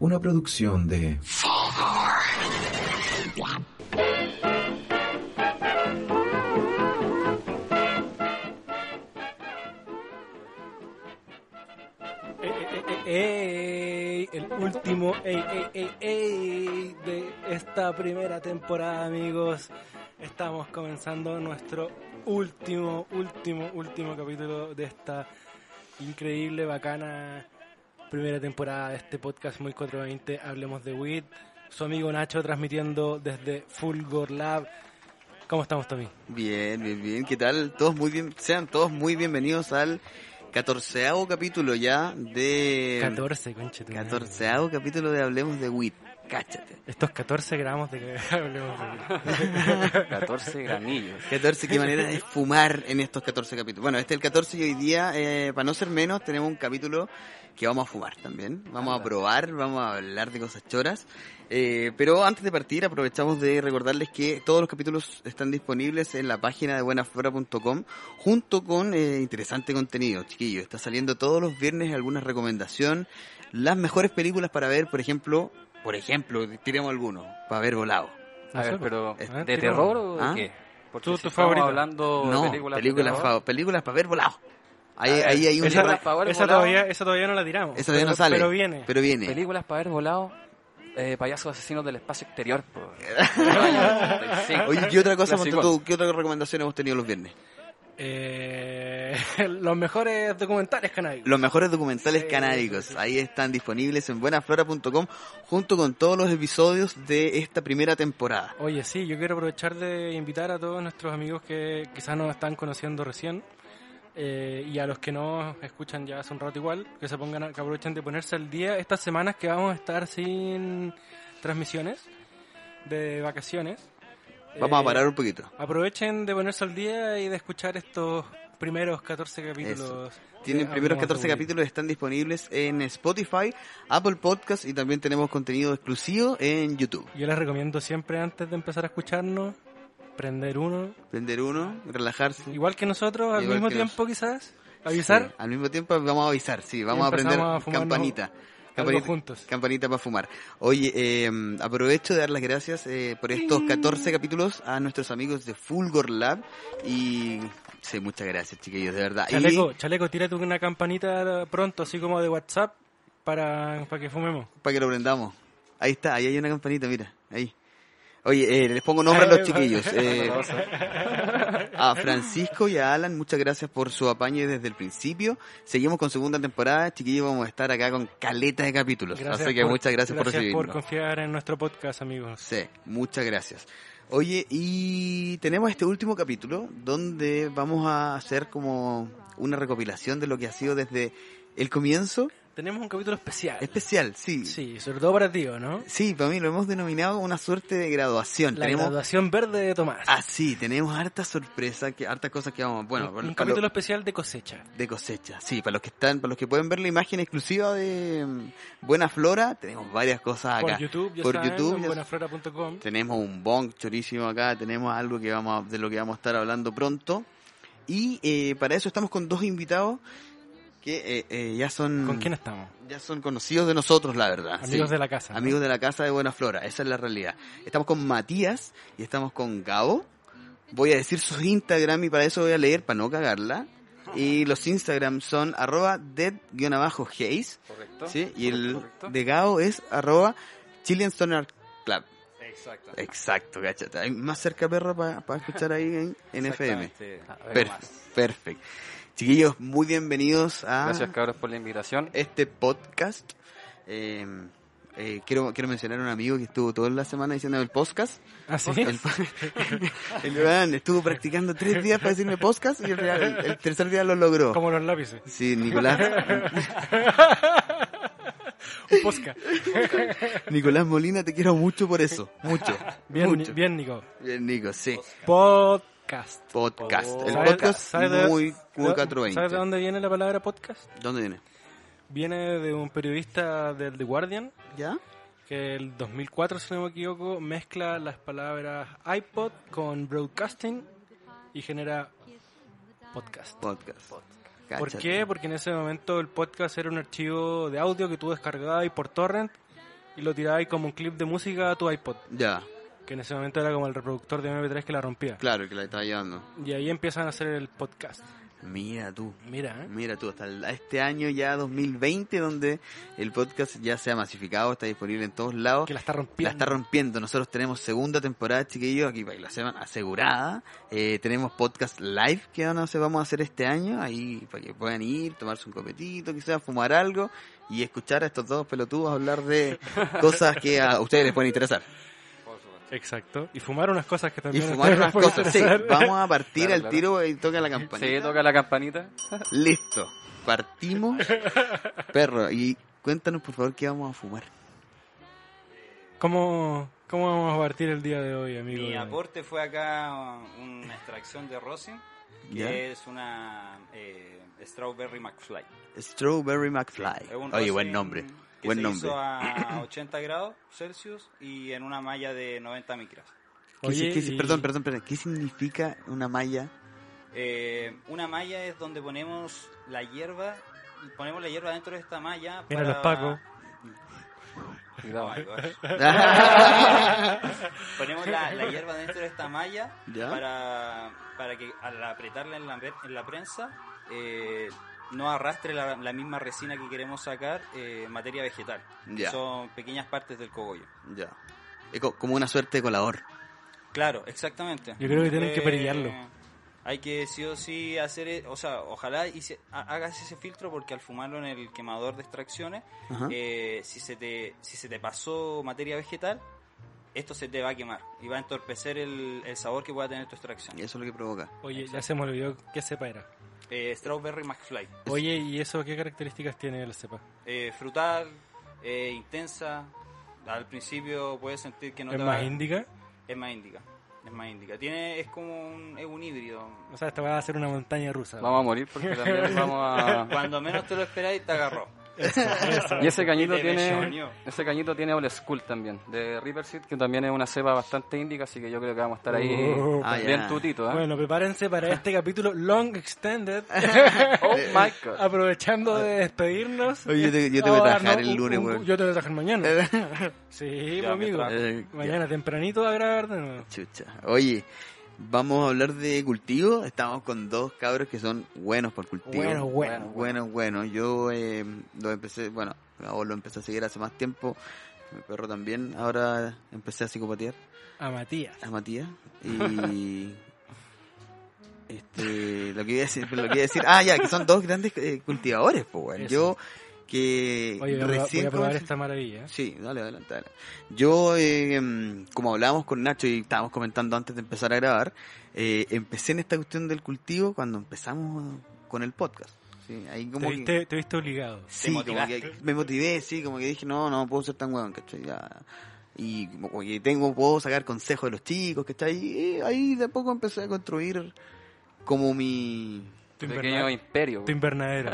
Una producción de... Ey, ey, ey, ey, el último ey, ey, ey, ey de esta primera temporada, amigos. Estamos comenzando nuestro último, último, último capítulo de esta increíble, bacana primera temporada de este podcast Muy 420, Hablemos de WIT. Su amigo Nacho transmitiendo desde Fulgor Lab. ¿Cómo estamos, Tommy? Bien, bien, bien. ¿Qué tal? Todos muy bien. Sean todos muy bienvenidos al catorceavo capítulo ya de 14, conche. tu madre. catorceavo capítulo de Hablemos de WIT. Cáchate. Estos 14 gramos de que hablemos de WIT. 14 granillos. 14, qué manera de fumar en estos 14 capítulos. Bueno, este es el 14 y hoy día, eh, para no ser menos, tenemos un capítulo que vamos a fumar también. Vamos a probar, vamos a hablar de cosas choras. Eh, pero antes de partir, aprovechamos de recordarles que todos los capítulos están disponibles en la página de buenaflora.com junto con eh, interesante contenido, chiquillos. Está saliendo todos los viernes alguna recomendación, las mejores películas para ver, por ejemplo, por ejemplo, tiremos algunos, para ver volado. A ver, pero Eh, ¿de tipo- terror o de ¿Ah? qué? Porque ¿Tú- si tu estamos favorito? hablando de No, películas, películas, de terror, fa- películas para ver volado. Ahí, ahí hay un Esa, Por favor, esa volado. todavía, esa todavía no la tiramos. Esa todavía pero, no sale. Pero viene. Pero viene. películas para haber volado eh, payasos asesinos del espacio exterior. pues. po. Del año 85. Oye, ¿qué otra cosa, Clasicón. ponte tú, ¿Qué otra recomendación hemos tenido los viernes? Eh, los mejores documentales canadienses. Los mejores documentales Sí, sí, canábicos. sí. Ahí están disponibles en buenaflora.com junto con todos los episodios de esta primera temporada. Oye, sí, yo quiero aprovechar de invitar a todos nuestros amigos que quizás nos están conociendo recién eh, y a los que nos escuchan ya hace un rato igual, que se pongan, a- que aprovechen de ponerse al día estas semanas que vamos a estar sin transmisiones de vacaciones. Vamos Eh, a parar un poquito. Aprovechen de ponerse al día y de escuchar estos primeros 14 capítulos. Tienen de primeros Hablemos 14 de Wii. capítulos, están disponibles en Spotify, Apple Podcast y también tenemos contenido exclusivo en YouTube. Yo les recomiendo siempre antes de empezar a escucharnos, prender uno, Prender uno, relajarse. igual que nosotros, al Igual mismo que tiempo quizás, Sí, avisar al mismo tiempo vamos a avisar, sí, vamos a empezamos aprender a fumarnos campanita. algo Campanita, juntos. campanita para fumar. Oye, eh, aprovecho de dar las gracias eh, por estos 14 capítulos a nuestros amigos de Fulgor Lab. Y sí, muchas gracias, chiquillos, de verdad. Chaleco, chaleco, tírate una campanita pronto, así como de WhatsApp, para, para que fumemos. Y para que lo prendamos. Ahí está, ahí hay una campanita, mira, ahí. Oye, eh, les pongo nombre a los chiquillos. eh, a Francisco y a Alan, muchas gracias por su apaño desde el principio. Seguimos con segunda temporada, chiquillos, vamos a estar acá con caleta de capítulos. Así que por- muchas gracias, por recibirnos. por confiar en nuestro podcast, amigos. Sí, muchas gracias. Oye, y tenemos este último capítulo donde vamos a hacer como una recopilación de lo que ha sido desde el comienzo. Tenemos un capítulo especial. Especial, sí. Sí, Sí, sobre todo para ti, ¿o ¿no? para mí lo hemos denominado una suerte de graduación. La tenemos... graduación verde de Tomás. Ah, sí, tenemos harta sorpresa, que, hartas cosas que vamos... un Bueno, un para lo- capítulo especial de cosecha. de cosecha. Sí, para los que están, para los que pueden ver la imagen exclusiva de mm, Buena Flora, tenemos varias cosas acá. Por YouTube, ya Por saben, YouTube, en ya- buenaflora.com. Tenemos un bong chorísimo acá, tenemos algo que vamos a- de lo que vamos a estar hablando pronto. Y eh, para eso estamos con dos invitados que eh, eh, ya son ¿Con quién estamos? ya son conocidos de nosotros, la verdad. Amigos Ah, sí. de la casa. ¿no? Amigos de la casa de Buena Flora, esa es la realidad. Estamos con Matías y estamos con Gabo. Voy a decir sus Instagram y para eso voy a leer para no cagarla. Y los Instagram son arroba dead-haze Correcto. ¿sí? y el correcto. de Gabo es arroba Chilean Stoner Club. Exacto. Exacto, gachata. Hay más cerca perro para escuchar ahí en, en FM. Exactamente. A ver Perfecto, más. perfecto. Chiquillos, muy bienvenidos a Gracias, cabros, por la invitación. este podcast. Eh, eh, quiero, quiero mencionar a un amigo que estuvo toda la semana diciendo el podcast. ¿Ah, sí? El, el weón estuvo practicando tres días para decirme podcast y el, real- el tercer día lo logró. Como los lápices. Sí, Nicolás, Un podcast. Nicolás Molina, te quiero mucho por eso. Mucho. Bien, mucho. bien, Nico. Bien, Nico, sí. Podcast. Podcast. el ¿Sabes- podcast sabes de- muy de- 420. ¿Sabes de dónde viene la palabra podcast? ¿Dónde viene? Viene de un periodista del The Guardian ¿Ya? que el 2004, si no me equivoco, mezcla las palabras iPod con broadcasting y genera podcast. Podcast. ¿Por Cáchate. qué? Porque en ese momento el podcast era un archivo de audio que tú descargabas y por torrent y lo tirabais como un clip de música a tu iPod, Ya, que en ese momento era como el reproductor de MP3 que la rompía. claro, que la estaba llevando. Y ahí empiezan a hacer el podcast. Mira tú. Mira, ¿eh? Mira tú, hasta el- este año ya 2020, donde el podcast ya se ha masificado, está disponible en todos lados. que la está La rompiendo. está rompiendo. Nosotros tenemos segunda temporada, chiquillos, aquí para que la sepan, asegurada. Eh, tenemos podcast live que no sé, vamos a hacer este año, ahí para que puedan ir, tomarse un copetito, quizás fumar algo y escuchar a estos dos pelotudos hablar de cosas que a ustedes les pueden interesar. Exacto. Y fumar unas cosas que Y también. fumar ustedes unas les puede cosas, sí. interesar. Vamos a partir Claro, al claro. tiro y toca la campana. Sí, toca la campanita. Listo, partimos. Perro, y cuéntanos por favor qué vamos a fumar. ¿Cómo, ¿Cómo vamos a partir el día de hoy, amigo? eh, Eh, Mi aporte fue acá uh, una extracción de rosin, que ¿Ya? es una eh, Strawberry McFly. Strawberry Es McFly. un Oye, buen rosin nombre. que Buen se nombre. hizo a 80 grados Celsius y en una malla de 90 micras. ¿Qué si- qué si- y- Perdón, perdón, perdón. ¿Qué significa una malla? Eh, una malla es donde ponemos la hierba, y ponemos la hierba dentro de esta malla. Mira los Paco. Oh Cuidado. my gosh. Ponemos la, la hierba dentro de esta malla ¿Ya? para, para que al apretarla en la, pre- en la prensa eh, no arrastre la, la misma resina que queremos sacar eh, materia vegetal. que Ya. Son pequeñas partes del cogollo. ya. Es co- como una suerte de colador. Claro, exactamente. Yo creo que tienen que Eh, perillarlo. Hay que sí o sí hacer, e- o sea, ojalá y se- ha- hagas ese filtro porque al fumarlo en el quemador de extracciones, Ajá. eh, si, se te, si se te pasó materia vegetal, esto se te va a quemar y va a entorpecer el, el sabor que pueda tener tu extracción. Y eso es lo que provoca. Oye, ya se me olvidó qué cepa era. Eh, strawberry McFly. Oye, ¿y eso qué características tiene la cepa? Eh, frutal, eh, intensa. Al principio puedes sentir que no ¿Es te más va- índica? Es más índica. Es más índica. Tiene, es como un, es un híbrido. O sea, esta va a ser una montaña rusa. Vamos a morir porque también vamos a... Cuando menos te lo esperáis, te agarró. Y ese cañito Y te tiene... besoñó. Ese cañito tiene Old School también, de River Seed, que también es una cepa bastante índica, así que yo creo que vamos a estar ahí Oh, Ah, bien ya. tutito, ¿eh? Bueno, prepárense para este capítulo Long Extended. Oh Eh, my ah, god. Aprovechando de despedirnos. Oye, yo te- yo te voy a Ahora, trabajar no, el un- lunes, un- weón. Yo te voy a trabajar mañana. sí, pues, Ya, amigo. mientras- Eh, ya. Mañana tempranito a grabar de nuevo. Chucha. Oye, vamos a hablar de cultivo. Estamos con dos cabros que son buenos por cultivo. Bueno, bueno. Bueno, bueno, yo eh, lo empecé, bueno, a vos lo empecé a seguir hace más tiempo. Mi perro también. Ahora empecé a psicopatear A Matías. a Matías. Y. este, lo que iba a decir, lo que iba a decir. Ah, ya, que son dos grandes eh, cultivadores, pues, weón. Eso. Yo, que. Oye, voy a, probar- voy recién a probar comencé- esta maravilla. Sí, dale, adelante, adelante. Yo, eh, mm, como hablábamos con Nacho y estábamos comentando antes de empezar a grabar, eh, empecé en esta cuestión del cultivo cuando empezamos con el podcast. Sí, ahí como Te que- viste, te viste obligado. Sí, como motivaste. que me motivé, sí, como que dije, no, no puedo ser tan hueón, ¿cachai? Ya. Y como como que tengo, puedo sacar consejos de los chicos, ¿cachai? Y eh, ahí de a poco empecé a construir como mi... Tu, Pequeño inverna- imperio. tu invernadero.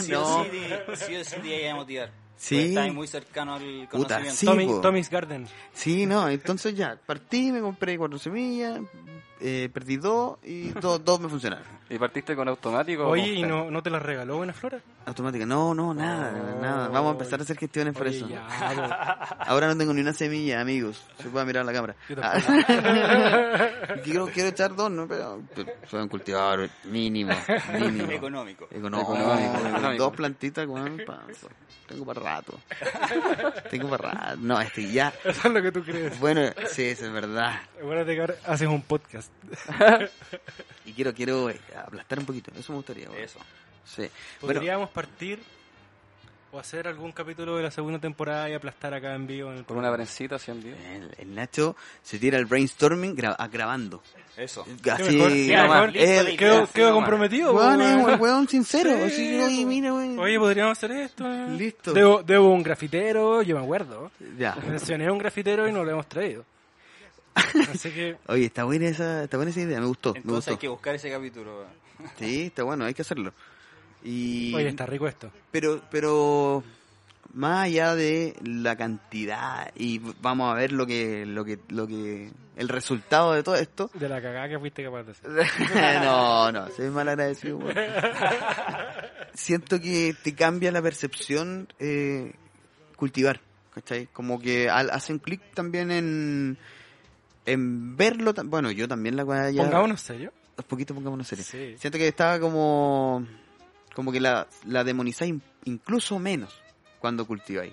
Sí No. o sí, di- sí o sí te iba a motivar. Sí. Porque Estás muy cercano al conocimiento. sí. Tommy- po. Tommy's Garden. Sí, no, entonces ya, partí, me compré cuatro semillas, eh, perdí dos y dos, dos me funcionaron. ¿Y partiste con automático? Oh, o Oye, con ¿y perro? no, no te las regaló Buena Flora? Automática, no, no, nada, Oh. nada. Vamos a empezar a hacer gestiones por Oye, eso. ya, Ahora no tengo ni una semilla, amigos. Se puede mirar la cámara. Yo Ah. quiero, quiero echar dos, ¿no? Pero pero soy un cultivador mínimo, mínimo. Económico. Económico. Económico, Dos económico. plantitas, weón, pa- tengo para rato. Tengo para rato. No, este ya. po. Eso es lo que tú crees. Bueno, sí, eso es verdad. Acuérdate que ahora haces un podcast. Y quiero, quiero eh, aplastar un poquito. Eso me gustaría, weón. Eso. Sí. Bueno, Podríamos partir o hacer algún capítulo de la segunda temporada y aplastar acá en vivo en el Con una parencita así en vivo. el, el Nacho se tira el brainstorming gra- ah, grabando. Eso. Qué Así, mejor, Eh, qué nomás. mejor. Él- Quedo, Sí, quedo no, comprometido. po, Weón, weón. es un weón sincero. Sí, así, po. oye, mira, weón. Oye, podríamos hacer esto. eh. Listo. Debo, debo un grafitero, yo me acuerdo. Ya. Mencioné un grafitero y no lo hemos traído. Así que Oye, está buena esa, está buena esa idea, me gustó, me Entonces gustó. hay que buscar ese capítulo. Sí, está bueno, hay que hacerlo. Y Oye, está rico esto. pero pero más allá de la cantidad y vamos a ver lo que lo que lo que el resultado de todo esto. De la cagada que fuiste capaz de hacer. no, no, soy mal agradecido. weón. Siento que te cambia la percepción eh, cultivar, ¿cachai? Como que al- hacen clic también en, en verlo. tam- Bueno, yo también la weá ya... Pongámonos serio. Un poquito pongámonos serio. Sí. Siento que estaba como. Como que la, la demonizáis in- incluso menos cuando cultiváis.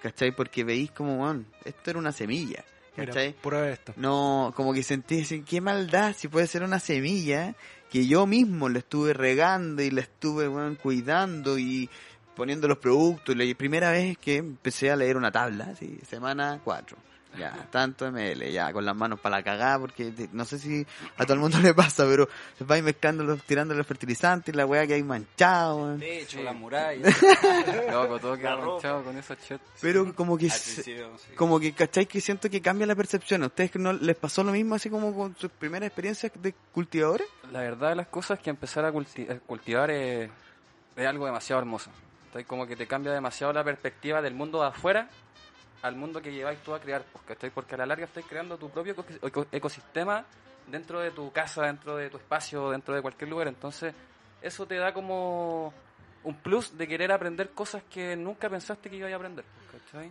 ¿Cachai? Porque veis como, "Man, esto era una semilla. Mira, ¿Cachai? prueba esto. No, como que sentí, decir, qué maldad, si puede ser una semilla que yo mismo la estuve regando y la estuve weón, cuidando y poniendo los productos. La primera vez que empecé a leer una tabla, así, semana 4. Ya, tanto ml, ya, con las manos para la cagada, porque te- no sé si a todo el mundo le pasa, pero se va mezclando los, tirando los fertilizantes, la weá que hay manchado, weón. De hecho, Sí. la muralla. Loco, todo queda La ropa. manchado con esos shit. Pero como que al se- principio, sí. Como que, ¿cachai? Que siento que cambia la percepción. ¿A ustedes no les pasó lo mismo así como con sus primeras experiencias de cultivadores? La verdad de las cosas es que empezar a culti- a cultivar es, es algo demasiado hermoso. Entonces, como que te cambia demasiado la perspectiva del mundo de afuera al mundo que lleváis tú a crear. pues, ¿cachai? Porque a la larga estás creando tu propio eco- eco- ecosistema dentro de tu casa, dentro de tu espacio, dentro de cualquier lugar. Entonces, eso te da como un plus de querer aprender cosas que nunca pensaste que ibas a aprender. pues, ¿cachai?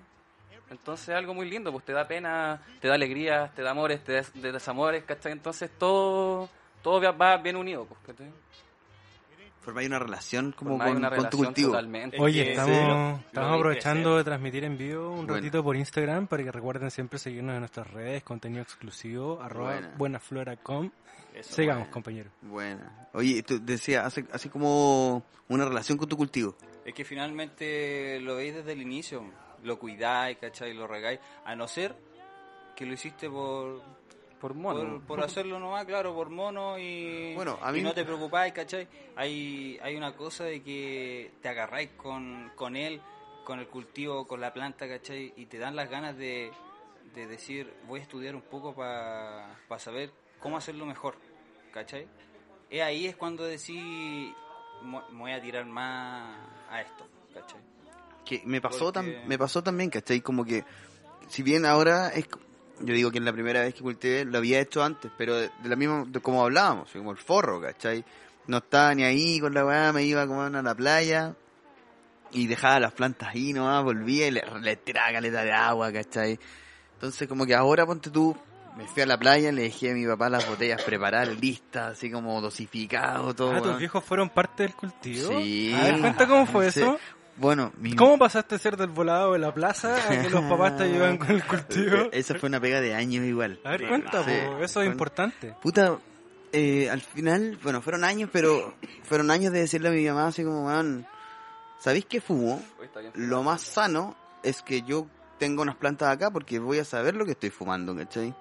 Entonces es algo muy lindo, pues te da pena, te da alegrías, te da amores, te da te da desamores, ¿cachai? Entonces todo, todo va- va bien unido, pues, ¿cachai? Formáis una relación como Formáis con, una con tu relación cultivo. totalmente. Es Oye, que estamos, lo- lo estamos vi aprovechando crecer. de transmitir en vivo un Bueno. ratito por Instagram para que recuerden siempre seguirnos en nuestras redes, contenido exclusivo, arroba Buena. buenaflora.com. Eso, Sigamos, buena. compañero. Buena. Oye, tú decías, así, así como una relación con tu cultivo. Es que finalmente lo veis desde el inicio, lo cuidáis, ¿cachai? Lo regáis, a no ser que lo hiciste por, Por mono. por, por hacerlo nomás, claro, por mono y, Bueno, a mí- y no te preocupáis, ¿cachai? Hay, hay una cosa de que te agarráis con, con él, con el cultivo, con la planta, ¿cachai? Y te dan las ganas de, de decir, voy a estudiar un poco para saber cómo hacerlo mejor, ¿cachai? Y ahí es cuando decís, "Mo- me voy a tirar más a esto, ¿cachai? Que me pasó, Porque- tam- me pasó también, ¿cachai? Como que, si bien ahora es... co- Yo digo que es la primera vez que cultivé, lo había hecho antes, pero de, de la misma, de como hablábamos, como el forro, ¿cachai? No estaba ni ahí con la weá, me iba como a la playa, y dejaba las plantas ahí nomás, volvía y le, le tiraba caleta de agua, ¿cachai? Entonces como que ahora ponte tú, me fui a la playa, le dejé a mi papá las botellas preparadas, listas, así como dosificado, todo. Ah, tus weón. viejos fueron parte del cultivo. Sí. A ver, cuenta cómo fue Sí. eso. Bueno, mi ¿Cómo pasaste a ser del volado de la plaza a que los papás te ayudan con el cultivo? Esa fue una pega de años igual. A ver, cuenta, Eh, Sí. po, eso es Con- importante. Puta, eh, al final, bueno, fueron años, pero fueron años de decirle a mi mamá así como, man, ¿sabéis qué fumo? Uy, está bien. Lo más sano es que yo tengo unas plantas acá porque voy a saber lo que estoy fumando, ¿cachai?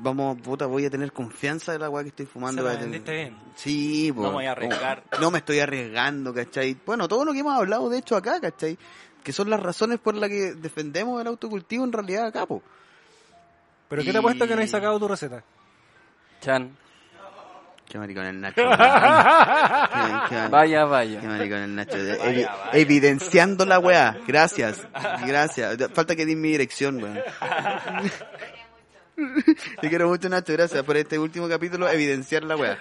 Vamos, puta, voy a tener confianza de la agua que estoy fumando. Se la voy a tener- vendiste bien. Sí, po. No me voy a arriesgar. No me estoy arriesgando, ¿cachai? Bueno, todo lo que hemos hablado de hecho acá, ¿cachai? Que son las razones por las que defendemos el autocultivo en realidad acá, po. ¿Pero qué te apuesto que no Y- has sacado tu receta? Chan, Qué maricón el Nacho. Qué- qué- vaya, Qué vaya. maricón el Nacho. Evi- Vaya, vaya. Evidenciando la weá. Gracias. Gracias. Falta que di mi dirección, weón. Te quiero mucho, Nacho. Gracias por este último capítulo. Evidenciar la weá.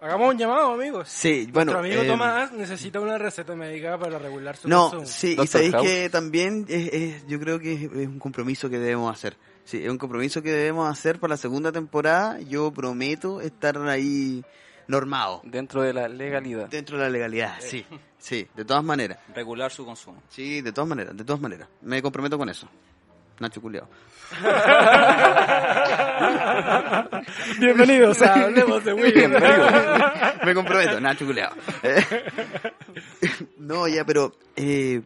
Hagamos un llamado, amigos. Sí, bueno. Nuestro amigo eh, Tomás necesita una receta médica para regular su No, consumo. sí, y Doctor sabéis House. que también es, es- yo creo que es, es un compromiso que debemos hacer. Sí, es un compromiso que debemos hacer para la segunda temporada. Yo prometo estar ahí normado. Dentro de la legalidad. Dentro de la legalidad, sí. Sí, de todas maneras. Regular su consumo. Sí, de todas maneras, de todas maneras. Me comprometo con eso. Nacho Culeado. Bienvenidos a Hablemos de Me comprometo, Nacho Culeado. no, ya, pero eh,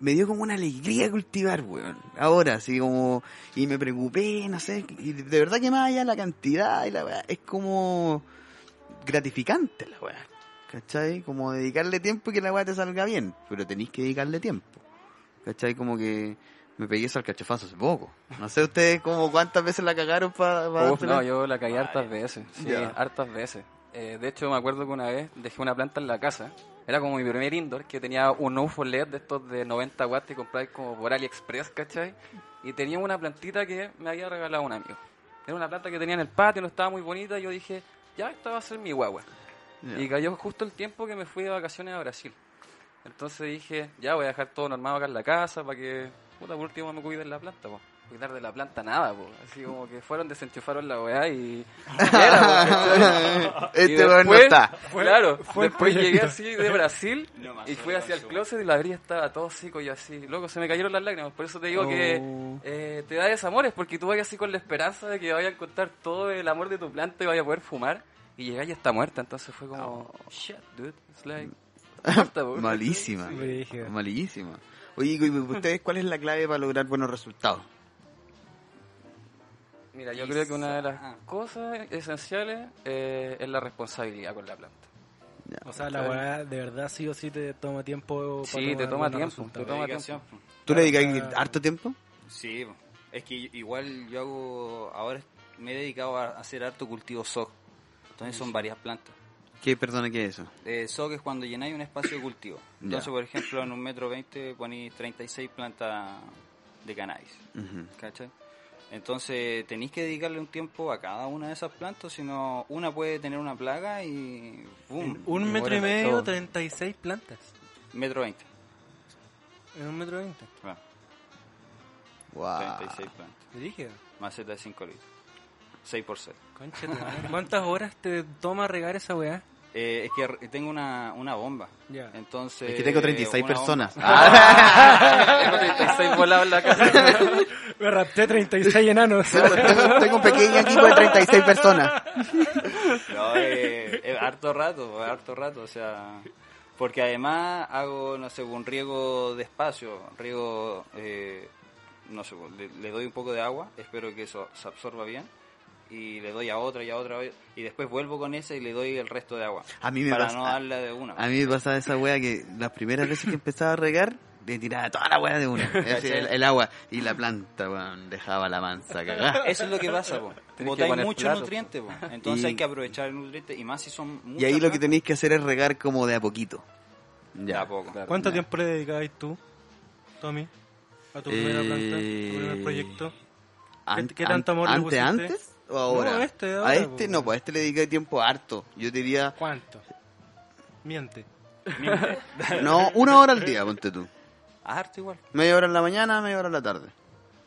me dio como una alegría cultivar, weón. Ahora, así como... Y me preocupé, no sé. Y de- de verdad que más allá de la cantidad y la weá, es como gratificante la weá. ¿Cachai? Como dedicarle tiempo y que la weá te salga bien. Pero tenéis que dedicarle tiempo. ¿Cachai? Como que... Me pegué eso al cachafazo hace poco. No sé ustedes como cuántas veces la cagaron para... Uf, no, yo la caí hartas veces. Sí, Ya. hartas veces. Eh, de hecho, me acuerdo que una vez dejé una planta en la casa. Era como mi primer indoor, que tenía un UFO LED E de estos de 90 watts que compráis como por AliExpress, ¿cachai? Y tenía una plantita que me había regalado un amigo. Era una planta que tenía en el patio, no estaba muy bonita. Y yo dije, ya, esta va a ser mi guagua. Y cayó justo el tiempo que me fui de vacaciones a Brasil. Entonces dije, ya voy a dejar todo normado acá en la casa para que puta, por último me cuiden la planta, po. Cuidar de la planta nada, po. Así como que fueron, desenchufaron la weá y. Y este weón no después- está. claro, fue el después llegué proyecto. así de Brasil Lo más y fui hacia el hermoso. closet y la grilla estaba todo seco y yo así. Loco, se me cayeron las lágrimas. Por eso te digo que Oh. eh, te da desamores, porque tú vas así con la esperanza de que vaya a encontrar todo el amor de tu planta y vaya a poder fumar. Y llegas y está muerta, entonces fue como. Shit, dude. It's like. muerta, po. Malísima. Brígido. Malísima. Oye, y ustedes, ¿cuál es la clave para lograr buenos resultados? Mira, yo creo que una de Ah. las cosas esenciales eh, es la responsabilidad con la planta. O sea, la weá de verdad sí o sí te toma tiempo. para Sí, tomar te toma buenos tiempo, resultados. te toma- Dedicación, pues. po. ¿Tú le dedicas Claro. harto tiempo? Sí, po. es que igual yo hago, ahora me he dedicado a hacer harto cultivo SOC, entonces son varias plantas. ¿Qué, perdona, qué es eso? Eh, SOC es cuando llenáis un espacio de cultivo, Ya. entonces por ejemplo en un metro veinte ponéis 36 plantas de cannabis, Ujú. ¿cachai? Entonces tenéis que dedicarle un tiempo a cada una de esas plantas, si no una puede tener una plaga y ¡boom! En un metro y Mueres de medio, todo. 36 plantas. Metro veinte. En un metro 20. Bueno, Wow. 36 plantas, Brígido. maceta de 5 litros, 6 por 6 Concha, tu madre. ¿cuántas horas te toma regar esa weá? Eh, es que re- tengo una, una bomba. Ya. Entonces. Es que tengo 36 Eh, una personas. bomba. Ah, Tengo 36 volados en la casa. Me rapté 36 enanos. tengo, tengo un pequeño equipo de 36 personas. No, eh, eh, harto rato, harto rato. O sea. Porque además hago, no sé, un riego despacio. Riego. eh, no sé, le, le doy un poco de agua. Espero que eso se absorba bien. Y le doy a otra y a otra. Y después vuelvo con esa y le doy el resto de agua. A mí me Para pasa- no darle de una. A mí me pasaba esa wea que las primeras veces que empezaba a regar, le tiraba toda la wea de una. Así, el, el agua. Y la planta, weón, dejaba la mansa cagada. Eso es lo que pasa, po. que Botáis poner mucho plato. nutriente, po. Entonces Y- hay que aprovechar el nutriente y más si son muchas Y ahí lo que plantas. tenéis que hacer es regar como de a poquito. De a poco. Claro. ¿Cuánto Ya. tiempo le dedicabas tú, Tommy, a tu primera Eh, planta, tu primer proyecto? Eh, Ant- ¿Qué- qué tanto ant- amor le ¿Ante pusiste? antes o ahora? No, a este de A ahora, este pues. no, pues a este le dediqué tiempo harto. Yo diría, ¿Cuánto? Miente. no, una hora al día, ponte tú. Harto igual. Media hora en la mañana, media hora en la tarde.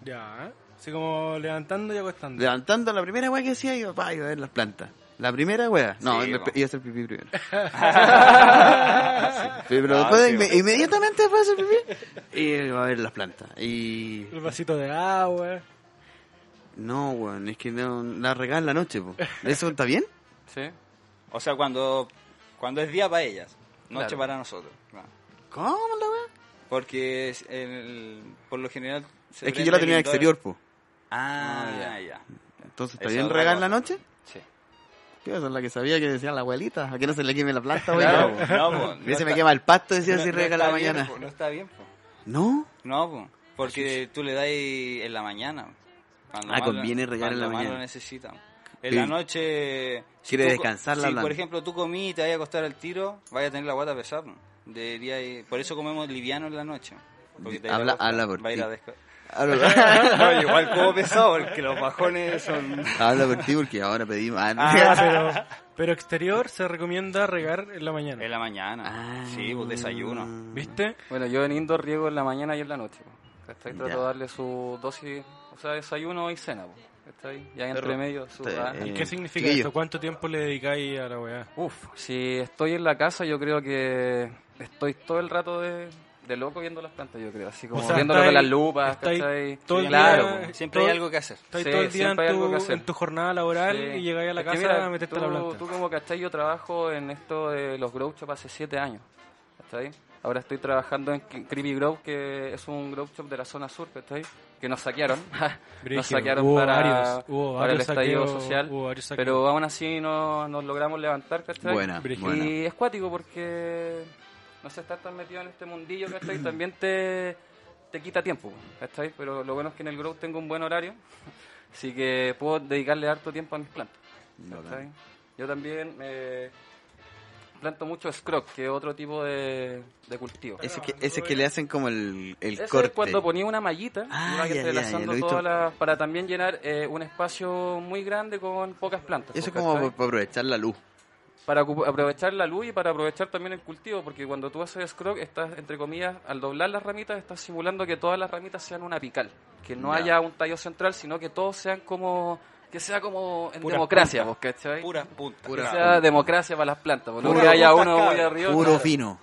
Ya, ¿eh? Así como levantando y acostando. Levantando la primera wea que hacía, iba, pa, iba a ver las plantas. La primera wea. No, Sí, me- po. iba a hacer pipí primero. Sí, pero Ah, después sí, inme- po. inmediatamente después de hacer pipí, iba a ver las plantas. Y El vasito de agua. no, weón, es que no, la regaba en la noche, po. ¿Eso está bien? Sí. O sea, cuando, cuando es día para ellas, noche Claro. para nosotros. Claro. ¿Cómo la wea? Porque es el- por lo general... se Es que prende yo la el tenía en indoor. exterior, po. Ah, Ah, ya, ya. Entonces, ¿está Esa bien otra regar en la cosa. noche? Sí. Tío, esa es la que sabía que decía la abuelita, a que no se le queme la planta, güey. Claro, A no, po, mí no se está- me quema el pasto, decía no- así no rega en la está bien, pues. mañana. po, no está bien, po. ¿No? No, po, porque tú le das en la mañana. Cuando Ah, más conviene lo- regar en cuando la más mañana. lo necesitan. En Sí. la noche... Quiere tú co- descansar la Si, por planta. ejemplo, tú comí y te vayas a acostar al tiro, vayas a tener la guata pesada. po. Debería ir- Por eso comemos liviano en la noche. porque te vas a Habla- acostar, habla por vas a ir ti. a desca- Ah, Habla, No, igual como pesado, porque los bajones son... habla por ti porque ahora pedimos. Ah, Ah, pero, pero exterior se recomienda regar en la mañana. En la mañana, Ah. sí, pues desayuno. ¿Viste? Bueno, yo en indoor riego en la mañana y en la noche. po. ¿Cachai? Trato Ya. de darle su dosis, o sea, desayuno y cena. po. ¿Cachai? Y ahí Perro. entre medio su... Está ah. bien. ¿Y Eh, qué significa chiquillo. esto? ¿Cuánto tiempo le dedicáis a la weá? Uf, si estoy en la casa yo creo que estoy todo el rato de, de loco viendo las plantas, yo creo. Así como sea, viéndolo con estáis- las lupas, estáis ¿cachai? todo el claro, día- po. Siempre hay algo que hacer. Estáis Sí, todo el día en siempre hay algo tu, que hacer. en tu jornada laboral Sí. y llegáis a la Es que casa mira, a meterte a tú, la planta. Tú como cachai, yo trabajo en esto de los grow shop hace 7 años. ¿Cachai? Ahora estoy trabajando en Cre- Creepy Grow, que es un grow shop de la zona sur, ¿cachai? Que nos saquearon. Brígido. nos saquearon Hubo para, varios, hubo para el varios estallido saqueos, social. hubo varios saqueos. Pero aún así no, nos logramos levantar, ¿cachai? Buena, Brígido. buena. Y es cuático porque no sé, estar tan metido en este mundillo, ¿cachai? También te, te quita tiempo, ¿cachai? Pero lo bueno es que en el Grow tengo un buen horario, así que puedo dedicarle harto tiempo a mis plantas, ¿cachai? Yo también eh, planto mucho scrub, que es otro tipo de, de cultivo. Ese que, ese que le hacen como el, el Ese es corte. cuando ponía una mallita Ah, y ya, iba ya, ya, entrelazando lo he visto. todas las- para también llenar eh, un espacio muy grande con pocas plantas. Eso es ¿cachai? como para aprovechar la luz. para ocup- aprovechar la luz y para aprovechar también el cultivo, porque cuando tú haces scrog, estás, entre comillas, al doblar las ramitas, estás simulando que todas las ramitas sean una pical, que no Ya. haya un tallo central, sino que todos sean como, que sea como en Puras democracia, puntas. ¿vos cachai? Puras puntas. Pura- que claro. sea democracia para las plantas, porque Puras que haya puntas, uno muy cabrón. arriba. Puro claro. fino.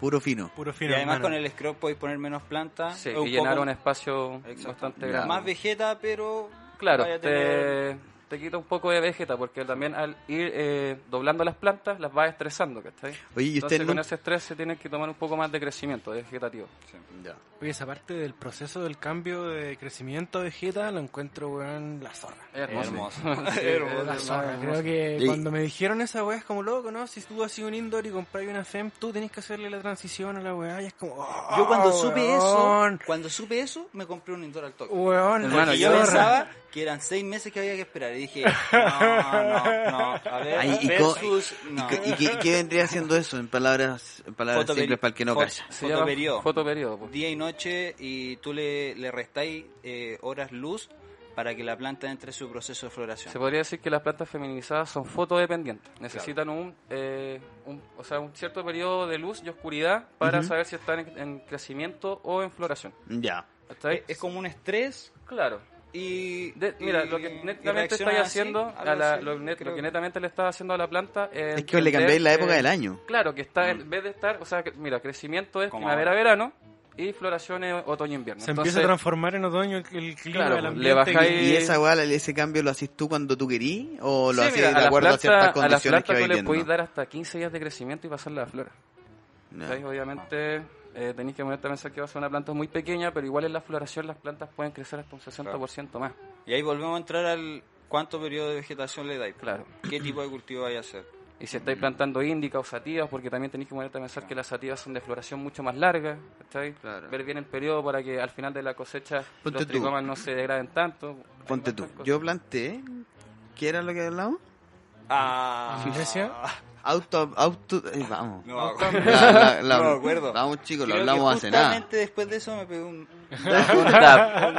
Puro fino. Puro fino, Y además con hermano. el scrub podéis poner menos plantas. Sí, es y llenar poco- un espacio Exacto. bastante Ya. grande. Más vegeta, pero... Claro, vaya a tener- te, te quita un poco de vegeta, porque también al ir eh, doblando las plantas las vas estresando, ¿cachai? Oye, ¿y usted Entonces con nunca- ese estrés se tienen que tomar un poco más de crecimiento, de vegetativo. Ya. Oye, esa parte del proceso del cambio de crecimiento de Gita lo encuentro, weón, la zorra. Hermoso. Sí, Hermoso. es La zorra. hermoso. Creo que Sí. cuando me dijeron esa weá es como loco, ¿no? Si tú has sido un indoor y compras una FEM, tú tenés que hacerle la transición a la weá y es como. oh, Yo cuando supe eso, weón, cuando supe eso, me compré un indoor al toque. Weón, Porque Hermano, yo yo- pensaba que eran seis meses que había que esperar. Y dije, no, no, no. A ver, Ay, y co- versus... No. ¿Y, qué, qué vendría haciendo eso? En palabras, en palabras Fotoperi- simples para el que no fo- calla. Se llama Fotoperiodo. fotoperiodo, pues. po. día y noche y tú le, le restáis eh, horas luz para que la planta entre en su proceso de floración. Se podría decir que las plantas feminizadas son fotodependientes. Necesitan un, eh, un- o sea, un cierto periodo de luz y oscuridad para saber si están en, en crecimiento o en floración. Ya. ¿Cachai? Eh, Es como un estrés Claro. y... De- y- mira, lo que y netamente reaccionas estáis así, haciendo, algo a la- así, lo, net- lo creo. que netamente le estás haciendo a la planta es... Es que le entender cambiáis la que- época del año. Mm. Claro, que está en vez de estar, o sea, que- mira, crecimiento es Como primavera-verano y floración es otoño-invierno. Se Entonces, empieza a transformar en otoño el, el clima, Claro, pues, el le ambiente. bajáis- que- ¿Y esa weá, ese cambio lo haces tú cuando tú querís? ¿O lo sí, haces mira, de a acuerdo a las ciertas plantas, a las condiciones que vais plantas tú le podéis viendo? dar hasta 15 días de crecimiento y pasarla a la flora. Entonces, Ya. Obviamente eh, tenéis que ponerte a pensar que va a ser una planta muy pequeña, pero igual en la floración las plantas pueden crecer hasta un 60% más. Y ahí volvemos a entrar al cuánto periodo de vegetación le dais. Claro. ¿Qué tipo de cultivo vais a hacer? Y si estáis plantando índicas o sativas, porque también tenéis que ponerte a pensar que las sativas son de floración mucho más larga, ¿cachai? Claro. Ver bien el periodo para que al final de la cosecha Ponte los tú. tricomas no se degraden tanto. Hay Ponte bastantes tú. cosas. Yo planteé. ¿Qué era lo que hablamos? Ah, ¿Iglesia? Auto. auto eh, vamos. No, me acuerdo. La- la- la- No me acuerdo. Vamos chicos, lo Creo que hablamos hace nada. Justamente después de eso me pegó un...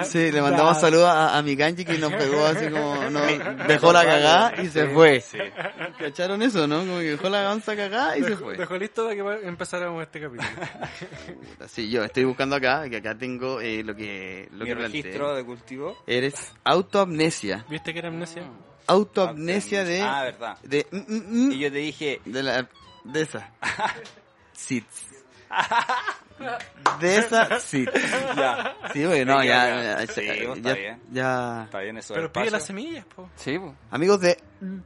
Sí, le mandamos Ya. saludos a, a mi kanji que nos pegó así como, nos dejó la cagada y se fue. ¿Cacharon eso, no? Como que dejó la ganza cagada y se Dejó, pues. fue. dejó listo para que va- empezáramos este capítulo. Sí, yo estoy buscando acá, que acá tengo eh, lo que, lo mi que registro planteé. de cultivo. Eres autoamnesia. ¿Viste que era amnesia? Mm, Autoamnesia de... Ah, verdad. de, mm, mm, mm, Y yo te dije, de la... de esa. Sit. De esa, sit. ya, Sí, güey, no, Sí, ya, ya, ya, sí, ya, está bien. ya- está bien eso. Pero del pide paso. las semillas, po. Sí, pues. Amigos de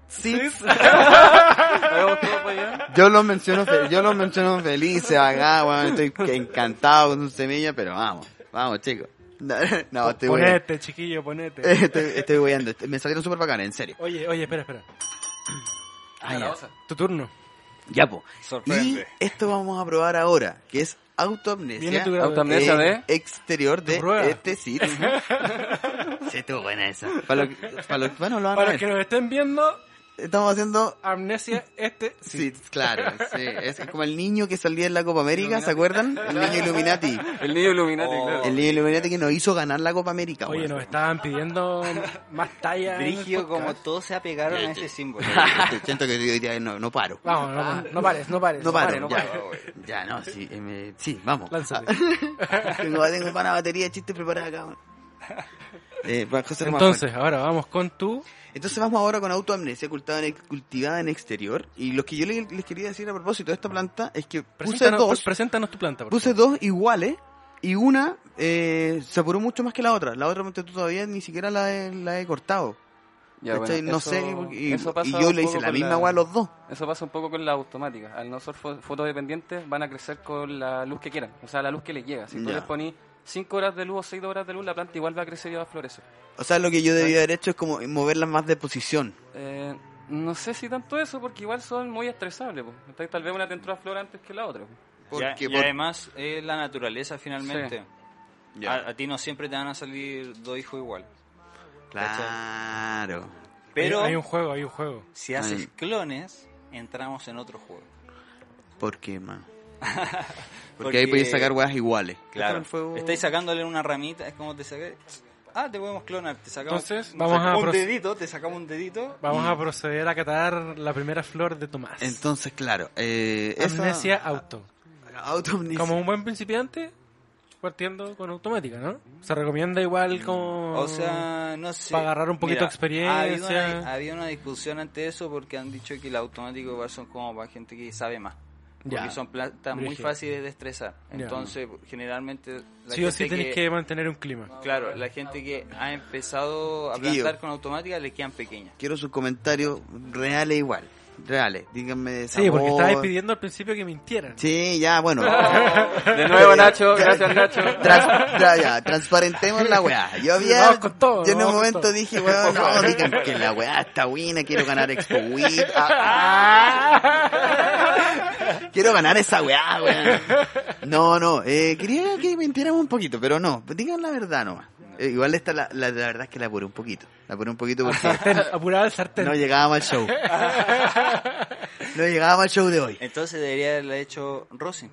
Sits, Hagamos todo para allá. yo los menciono, fe- yo los menciono felices acá, weón, estoy que- encantado con sus semillas, pero vamos, vamos chicos. No, no, estoy weando. ponete, chiquillo, ponete. Estoy, estoy weando, estoy- me salieron súper bacanas, en serio. Oye, oye, espera, espera. Ah, ya. Maravillosa. Tu turno. Ya, po. Y Sorprende. esto vamos a probar ahora, que es Viene autoamnesia. tu grado. eh, Autoamnesia de... exterior de Prueba. este sitio. sí, estuvo buena esa. Para los para los que bueno, lo van a Para ver. los que nos estén viendo, Estamos haciendo amnesia, este sí. Sí, claro, sí. Es como el niño que salía en la Copa América, ¿se acuerdan? El niño Illuminati. El niño Illuminati, Oh. claro. El niño Illuminati que nos hizo ganar la Copa América. Oye, weón. nos estaban pidiendo más talla. en el Brigio, como podcast. todos se apegaron a ese símbolo. Siento que hoy día no, no paro. Vamos, Ah. no, no pares, no pares. No paro, pare, no ya. paro, ya, no, sí, eh, me- sí, vamos. Lánzate. tengo, tengo para la batería de chistes preparada acá. weón. Eh, para cosas más fuertes. Entonces, ahora vamos con tu... Entonces vamos ahora con autoamnesia cultivada en, cultivada en exterior. Y lo que yo le- les, quería decir a propósito de esta planta es que puse Preséntanos, dos, pre- preséntanos tu planta, por puse favor. dos iguales y una eh, se apuró mucho más que la otra. La otra ponte tú, todavía ni siquiera la he, la he cortado. Ya, ¿Cachai? bueno, no eso- sé, y, eso pasa y yo un le hice poco la con misma agua a los dos. Eso pasa un poco con las automáticas. Al no ser fo- fotodependientes, van a crecer con la luz que quieran. O sea, la luz que les llega. Si tú Ya. les ponís 5 horas de luz o 6 horas de luz, la planta igual va a crecer y va a florecer. O sea, lo que yo debía haber hecho es como moverlas más de posición. Eh, no sé si tanto eso, porque igual son muy estresables. po. Entonces, tal vez una te entró a flor antes que la otra. po. Ya- Porque y por- además es la naturaleza finalmente. Ya. Ah, A, a ti no siempre te van a salir dos hijos igual. Claro. Pero Hay, hay un juego, hay un juego. si haces Ay. clones, entramos en otro juego. ¿Por qué, man? Porque, ahí podéis sacar weas iguales. Claro, Esto fue un- estáis sacándole una ramita, es como te saqué. ah, te podemos clonar, te sacamos Entonces, te vamos sacamos a un proce- dedito, te sacamos un dedito. Vamos a proceder a catar la primera flor de Tomás. Entonces, claro, eh, esa- Amnesia auto. autoamnesia. Como un buen principiante, partiendo con automática, ¿no? Se recomienda igual como... O sea, no sé. Para agarrar un poquito de experiencia. ha habido una- Ha habido una discusión ante eso porque han dicho que el automático igual son como para gente que sabe más. Porque Ya. son plantas muy Brígido. fáciles de estresar. Ya. Entonces, generalmente. La Sí o sí gente tenés que mantener un clima. Claro, la gente que ha empezado a Chiquillo. plantar con automática le quedan pequeñas. Quiero sus comentarios reales igual. Reales, díganme de Sí, porque sabor. estabais pidiendo al principio que mintieran. Sí, ya, bueno. De nuevo, Nacho. Gracias, Nacho. Trans, tra- ya, transparentemos la weá. Yo había, Vamos con todo, yo en un vamos con momento todo. dije, weón, no, digan que la weá está buena, quiero ganar Expo Week. Ah, quiero ganar esa weá, weón. No, no, eh, quería que mintiéramos un poquito, pero no, digan la verdad nomás. Eh, igual esta, la, la, la verdad es que la apuré un poquito. La apuré un poquito porque Sartén, apuraba el sartén. no llegábamos al show. No llegábamos al show de hoy. Entonces debería haberla hecho Rosin.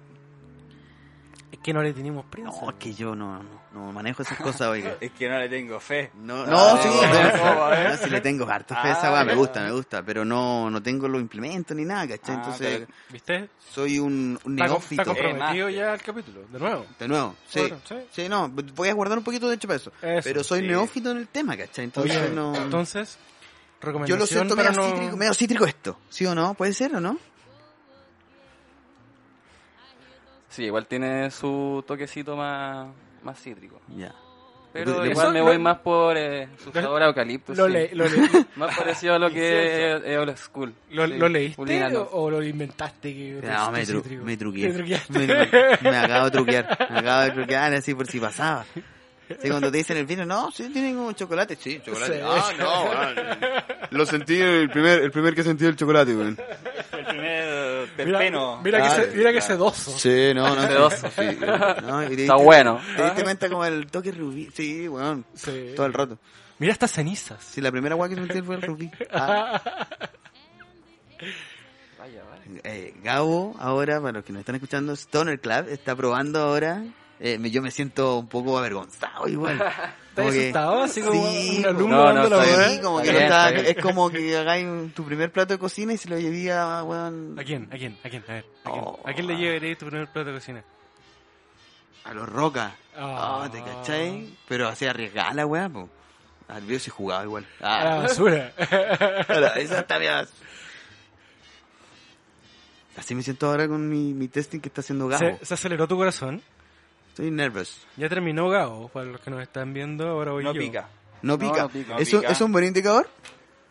Es que no le teníamos prisa. No, es que yo no, no, no manejo esas cosas, oiga. Es que no le tengo fe. No, no, eh. Ah, sí, no, no, no, a ver. no, sí le tengo harta fe a esa Ah, weá, me eh. ya. gusta, me gusta, pero no, no tengo los implementos ni nada, ¿cachai? Ah, Entonces, ¿Viste? soy un, Está, un com- neófito. Eh, está comprometido Eh, ya el capítulo, de nuevo. De nuevo, sí, Bueno, sí. sí. no, voy a guardar un poquito de hecho para eso. Eso, pero soy sí. neófito en el tema, ¿cachai? Entonces, Oye, no. entonces, yo recomendación lo siento para medio, no... cítrico, medio cítrico esto, ¿sí o no? ¿Puede ser o no? Sí, igual tiene su toquecito más, más cítrico. Ya. Pero Le- le- igual son- me lo- voy más por eh, su sabor a eucalipto. Lo, sí. le- lo le- Más parecido a lo que es es old school. lo- Sí, lo leíste Juliano. o, o lo inventaste? Que No, me, te- tru- cítrico? me Te truqué. truqueaste. Me, tru- me acabo de truquear. Me acabo de truquear así por si pasaba. Sí, cuando te dicen el vino, no, sí, tienen un chocolate. Sí, chocolate. Sí. Ah, no, weón. Lo sentí el primer, el primer que sentí el chocolate, weón. El primer eh, Mira, pepeno. mira que, Claro, se, mira que sedoso. Sí, no, no. Sedoso. sí, no, y te Está diste- bueno. Te diste cuenta como el toque rubí. Sí, weón. Sí. Todo el rato. Mira estas cenizas. Sí, la primera weá que sentí fue el rubí. Ah. Vaya, vaya. Eh, Gabo, ahora, para los que nos están escuchando, Stoner Club está probando ahora. Eh, me- yo me siento un poco avergonzado igual. ¿Estás Como que- asustado? Así como Sí, un po. alumno No, no, dando la estoy hueá. Sí, como Está que bien, no está- está bien. es como que hagáis un- tu primer plato de cocina y se lo llevé a weón, ¿A quién? ¿A quién? ¿A quién? A ver. ¿A quién, Oh. ¿A quién le llevaría tu primer plato de cocina? a los rocas. Ah. Ah, ¿te cachai? Pero así arriesgada la weá, po. Al video se jugaba igual. A la Ah, basura. ahora, esa está bien. Así me siento ahora con mi, mi testing que está haciendo Gabo. se, se aceleró tu corazón. Estoy nervioso. Ya terminó Gao, para los que nos están viendo, ahora voy No yo. pica. No pica. no pica. ¿Eso, No pica. ¿Es un buen indicador?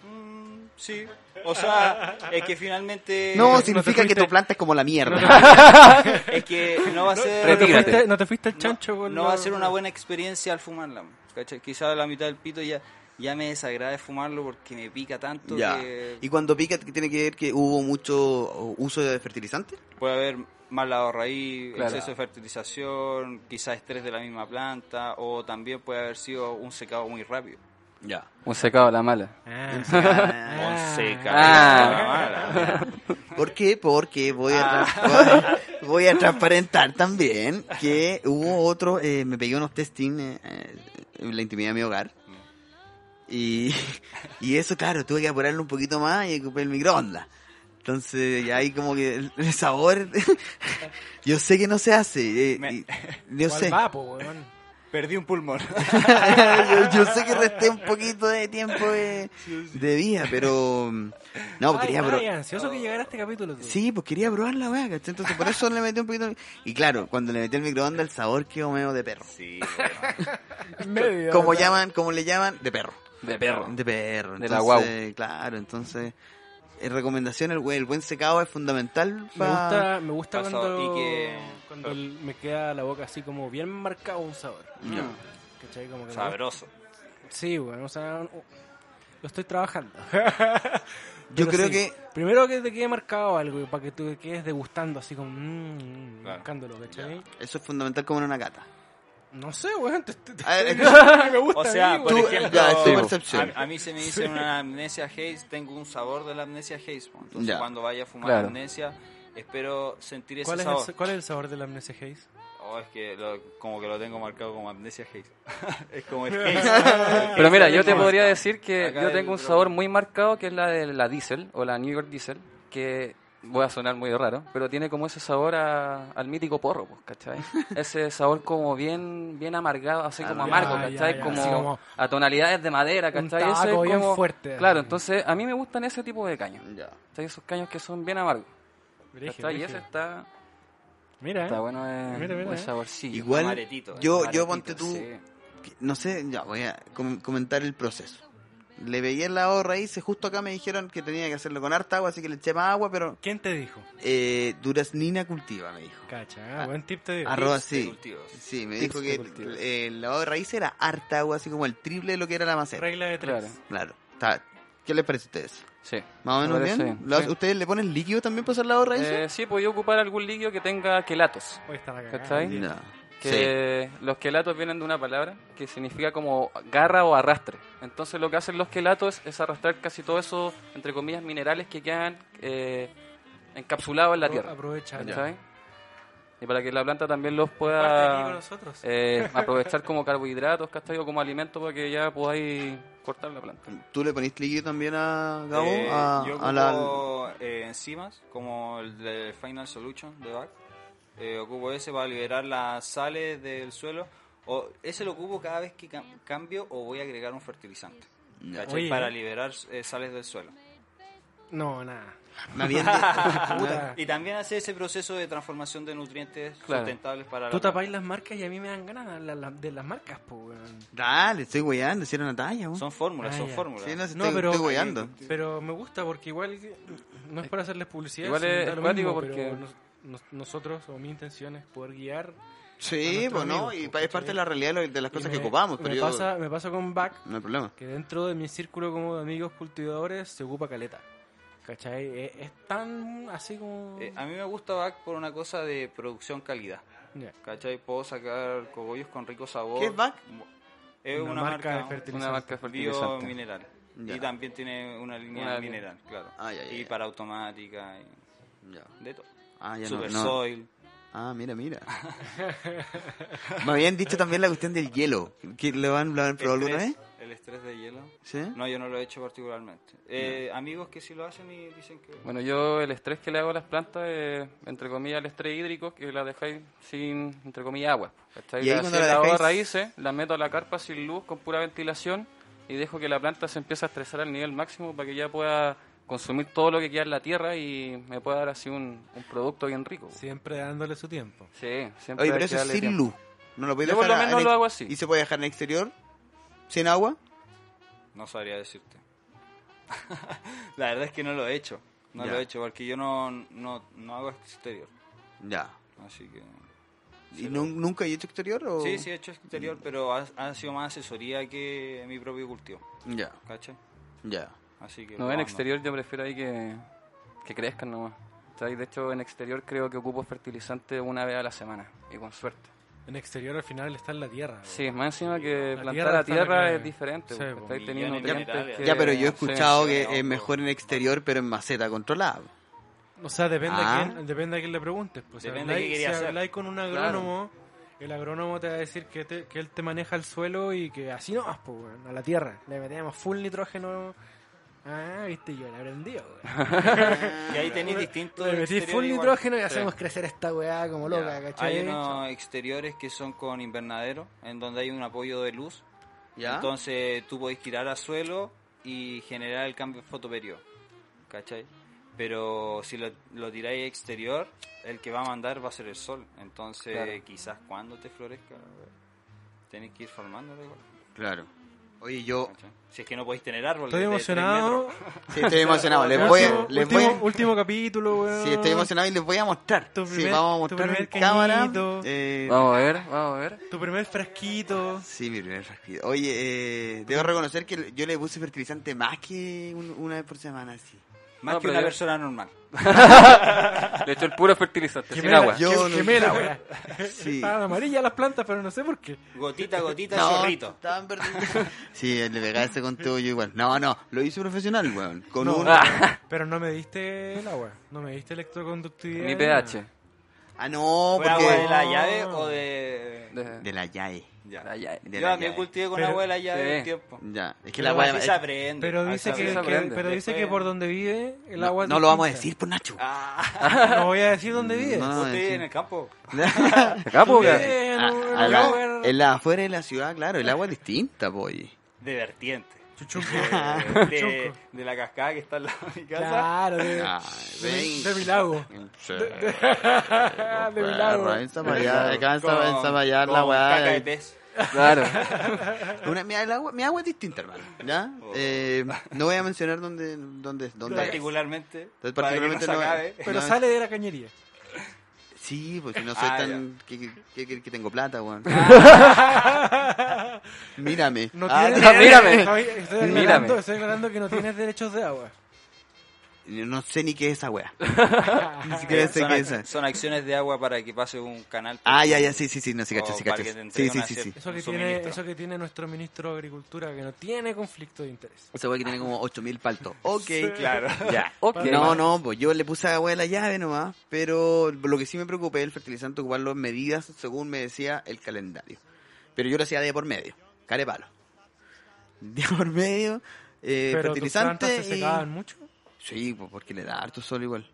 Mm, Sí. O sea, es que finalmente. no, no te significa que fuiste- tu planta es como la mierda. Es que no va a ¿No te, ser. Retírate. fuiste, no te fuiste al chancho, No, con va a la- ser una buena experiencia al fumarla. ¿cachai? Quizá la mitad del pito ya, ya me desagrada fumarlo porque me pica tanto Ya. que Y cuando pica, ¿qué tiene que ver que hubo mucho uso de fertilizante? puede haber mal lavado de raíz, Claro. exceso de fertilización, quizá estrés de la misma planta o también puede haber sido un secado muy rápido. Ya. Un secado a la mala. Ah. Un secado. Ah. mala. ¿Por qué? Porque voy Ah. a, tra- voy a transparentar también que hubo otro, eh, me pegué unos testing eh, eh, en la intimidad de mi hogar. Y, y eso, claro, tuve que apurarlo un poquito más y ocupé el microondas. Entonces, ya ahí como que el, el sabor, yo sé que no se hace. eh, Me- y- yo ¿Cuál sé. va, po, weón? Perdí un pulmón. yo, yo sé que resté un poquito de tiempo de, de vida, pero... mm, No, Ay, quería... pro- ay, ansioso que llegara este capítulo. tú. Sí, pues quería probar la weá, ¿cachai? Entonces por eso le metí un poquito. Y claro, cuando le metí el microondas, el sabor quedó medio de perro. Sí, bueno. Media Como hora. llaman, como le llaman, de perro. De perro. De perro. De la Entonces, Claro, entonces. En recomendación, el, we- el buen secado es fundamental Me para. gusta, me gusta Pasó, cuando, y que- cuando el- me queda la boca así como bien marcado un sabor. ¿Cachai? Como que me Sabroso. gusta. Sí, bueno, o sea, no- lo estoy trabajando. Yo Pero creo sí, que. Primero que te quede marcado algo, para que tú te quedes degustando así como... Mmm, Claro. Marcándolo, ¿cachai? Eso es fundamental como en una cata. No sé, weón. te- te- A ver, me gusta. O a sea, mí, por weón. Tú- ejemplo, ya, es tu a- percepción. A, mí se me dice una amnesia haze, tengo un sabor de la amnesia haze. po. Entonces, Ya. cuando vaya a fumar Claro. amnesia, espero sentir ese ¿Cuál es, sabor. el, ¿Cuál es el sabor de la amnesia Haze? O Oh, es que lo- como que lo tengo marcado como amnesia Haze. es como el Haze. Pero mira, Haze yo es te como- podría decir que Acá yo el tengo un pro- sabor muy marcado que es la de la Diesel o la New York Diesel, que voy a sonar muy raro, pero tiene como ese sabor a- al mítico porro, pues, ¿cachai? Ese sabor como bien bien amargado, así como Amargado. Ah, amargo, Ya, ya, ¿cachai? ya, como, así como a tonalidades de madera, un ¿cachai? Ese tabaco es bien como- fuerte. Claro, entonces a mí me gustan ese tipo de caños, Ya. ¿cachai? Esos caños que son bien amargos, Brígido, ¿cachai? Y brígido. ese está, Mira, está bueno, eh, Mira, mira, buen eh. saborcillo. Igual, Amaretito, eh. yo, yo Maletito, ponte tú, sí. que- no sé, ya voy a com- comentar el proceso. Le veía el lado raíces, justo acá me dijeron que tenía que hacerlo con harta agua, así que le eché más agua, pero ¿quién te dijo? eh, Duraznina cultiva, me dijo. Cacha, ¿eh? Ah, buen tip te digo. ah, Arroba, Tips de sí. cultivos. Sí, me Tips dijo de que cultivo. el, el lavado de raíces era harta agua, así como el triple de lo que era la maceta. Regla de tres. Claro. Claro. Está- ¿Qué les parece a ustedes? Sí. ¿Más o Me menos parece bien? bien, ¿Lo- sí. ¿Ustedes le ponen líquido también para hacer lavado de raíces? Eh, sí, podía ocupar algún líquido que tenga quelatos. Hoy está la cagada. ¿Cachai? Sí. No. Sí. Que los quelatos vienen de una palabra que significa como garra o arrastre. Entonces lo que hacen los quelatos es, es arrastrar casi todos esos, entre comillas, minerales que quedan eh, encapsulados en la Apro- tierra. Aprovecha. ¿Cachai? Y para que la planta también los Parte aquí con pueda nosotros. eh, aprovechar como carbohidratos, ¿cachai? O como alimento para que ya podáis cortar la planta. ¿Tú le ponís líquido también a Gabo? Eh, a, yo Ah, a la- ocupo eh, enzimas como el de Final Solution de BAC. Eh, ocupo ese para liberar las sales del suelo. O ese lo ocupo cada vez que cam- cambio o voy a agregar un fertilizante. Ya. ¿cachai? Oye. Para liberar eh, sales del suelo. No, nada. Me habían di- Puta. Ah, Y también hace ese proceso de transformación de nutrientes Claro. sustentables para Tú la tapáis las marcas y a mí me dan ganas de la- la- de las marcas, po, weón. Dale, estoy weyando, hicieron una talla. weón. Son fórmulas, Ah, son ya. fórmulas. Sí, no, si No, estoy, pero- eh, estoy weyando. Pero me gusta porque igual que- no es para hacerles publicidad. Igual si es da lo mismo, cuático pero porque- nos- nos- nosotros o mi intención es poder guiar. a Sí, nuestros pues no, amigos, y pues, pa- es parte ¿cachai? de la realidad de lo- de las Y cosas me- que ocupamos, pero me, yo- pasa, me pasa con Back no hay problema. que dentro de mi círculo como de amigos cultivadores se ocupa caleta. ¿Cachai? E, Es, es tan así como... ah. Eh, a mí me gusta BAC por una cosa de producción calidad. Ya. ¿Cachai? Puedo sacar cogollos con rico sabor. ¿Qué es BAC? Es una, marca, de fertilizante. Una marca bio fertilizante. mineral. Ya. Y también tiene una línea Una línea. mineral, claro. Ah, ya, ya, y ya. para automática, y Ya. de todo. Ah, ya no- Super no, Soil. Ah, mira, mira. Me habían dicho también la cuestión del hielo. ¿Que ¿Lo han, lo han probado alguna vez? estrés, El estrés de hielo. ¿Sí? No, yo no lo he hecho particularmente. Eh, Amigos que sí lo hacen y dicen que... Bueno, yo el estrés que le hago a las plantas es, entre comillas, el estrés hídrico, que la dejáis sin, entre comillas, agua. ¿cachai? Y ahí La- cuando si la la hago a dejáis- raíces, la meto a la carpa sin luz, con pura ventilación, y dejo que la planta se empiece a estresar al nivel máximo para que ya pueda consumir todo lo que queda en la tierra y me pueda dar así un, un producto bien rico. Sí, Siempre dándole su tiempo. siempre Oye, hay pero que eso es darle sin tiempo. luz. No lo podéis Yo por dejar lo a- menos al lo ex- hago así. ¿Y se puede dejar en exterior? ¿Sin agua? No sabría decirte. la verdad es que no lo he hecho. No Ya. lo he hecho porque yo no, no, no hago exterior. Ya. Así que... ¿Y nun- nunca he hecho exterior? O... Sí, sí he hecho exterior, pero ha, ha sido más asesoría que mi propio cultivo. Ya, ¿Cachai? ya. Así que... No, en probando. exterior yo prefiero ahí que, que crezcan nomás. ¿cachai? De hecho, en exterior creo que ocupo fertilizante una vez a la semana, y con suerte. En exterior al final está en la tierra. Sí, más encima que La plantar tierra la está tierra la clave. es diferente. Sí, porque po. estáis Millones teniendo de nutrientes minerales. que- Ya, pero yo he Eh, sí. escuchado sí, que no, es no. mejor en exterior, pero en maceta controlada. O sea, depende, Ah. a quién, depende a quién le preguntes. Pues, si Depende de habláis- qué quería si hacer. habláis con un agrónomo, el agrónomo te va a decir que, te- que él te maneja el suelo y que así no pues, weón, a la tierra. Le metemos full nitrógeno. Ah, viste, yo la aprendí, weón. Y ahí tenéis distintos... Le metí exteriores full igual. nitrógeno y hacemos crecer esta weá como loca, Ya. ¿cachai? Ah, Hay unos exteriores que son con invernadero, en donde hay un apoyo de luz. ¿Ya? Entonces tú podés girar a suelo y generar el cambio fotoperiodo. ¿Cachai? Pero si lo, lo tiráis exterior, el que va a mandar va a ser el sol. Entonces Claro. quizás cuando te florezca, tenés que ir formándolo igual. Claro. Oye, yo ¿cachai? Si es que no podéis tener árboles. Estoy de tres emocionado. metros. sí, estoy emocionado. Les voy, Último, a- les voy, último, a- último capítulo, weón. sí, estoy emocionado y les voy a mostrar. Tu Sí, primer- vamos a tu mostrar en primer cámara. cañito. eh, Vamos a ver, vamos a ver. Tu primer frasquito. Sí, mi primer respiro. Oye, eh, debo reconocer que yo le puse fertilizante más que un- una vez por semana, sí. Más No, que pero una yo- persona normal. De hecho, el puro fertilizante, sin Gemela, agua. Yo gem- no- gemela, weón. Sí. Estaban amarillas las plantas, pero no sé por qué. Gotita, gotita, chorrito. estaban perdidos. Sí, le pegaba ese conteo yo igual. No, no, lo hice profesional, weón. Con No. Ah. un... Pero no me diste el agua, no me diste electroconductividad. Mi pH. Ah, no, ¿Fue agua de porque... la llave o de...? De- Ah, De la YAE. Ya. La llave. De Yo la también llave. cultivé con Pero- agua de la llave Sí. un tiempo. Ya, es que Pero la agua... así se aprende. Pero dice, así se que, que- aprende. pero dice que Después- por donde vive el No, agua. es no lo vamos a decir distinta. por Nacho. Ah, No voy a decir dónde vive. No. usted sí. en el campo. Acá, po, Bien, pues, weón. un a la- lugar- en la afuera de la ciudad, claro, el agua es distinta, boy. De vertiente. Chuchunco. De, de, Chuco. de la cascada que está al lado de mi casa. Claro, de, Ah, de, mi- ven. Eh, de mi lago. Sí. Ah, de mi lago. En Zapallá, acá en Zapa- en Con- Zapallá, la con caca de weá. eh. pez. Claro. Una- mi, el agua, mi agua es distinta, hermano. ¿ya? Oh. Eh, no voy a mencionar dónde, dónde, dónde es. Particularmente. Entonces, para que no particularmente se no- acabe. Pero No. sale de la cañería. Sí, porque no soy Ah, tan. Que, que- que- que tengo plata, weón. Ah, Mírame. No Ah, tienes- no, mírame. Estoy, estoy Mírame. aclarando- estoy aclarando que no tienes derechos de agua. no, no sé ni qué es esa weá. ni siquiera sé son, qué ac- es esa. son acciones de agua para que pase un canal. por- Ah, ya, ya, sí, sí, sí, no sé, o cacho, sí, Oh, para cacho. que te Sí, entreguen sí, una sí, sí. cierta- Eso que, Un tiene, suministro. eso que tiene nuestro ministro de Agricultura, que no tiene conflicto de interés. Esa weá que tiene como 8000 paltos. Ok. Claro. Ya. Ok. No, no, pues yo le puse agua de la llave nomás, pero lo que sí me preocupé el fertilizante ocuparlo en medidas según me decía el calendario. Pero yo lo hacía día por medio, care palo. Día por medio, eh, Pero tus plantas fertilizante se y... secaban mucho. Sí, pues porque le da harto sol igual.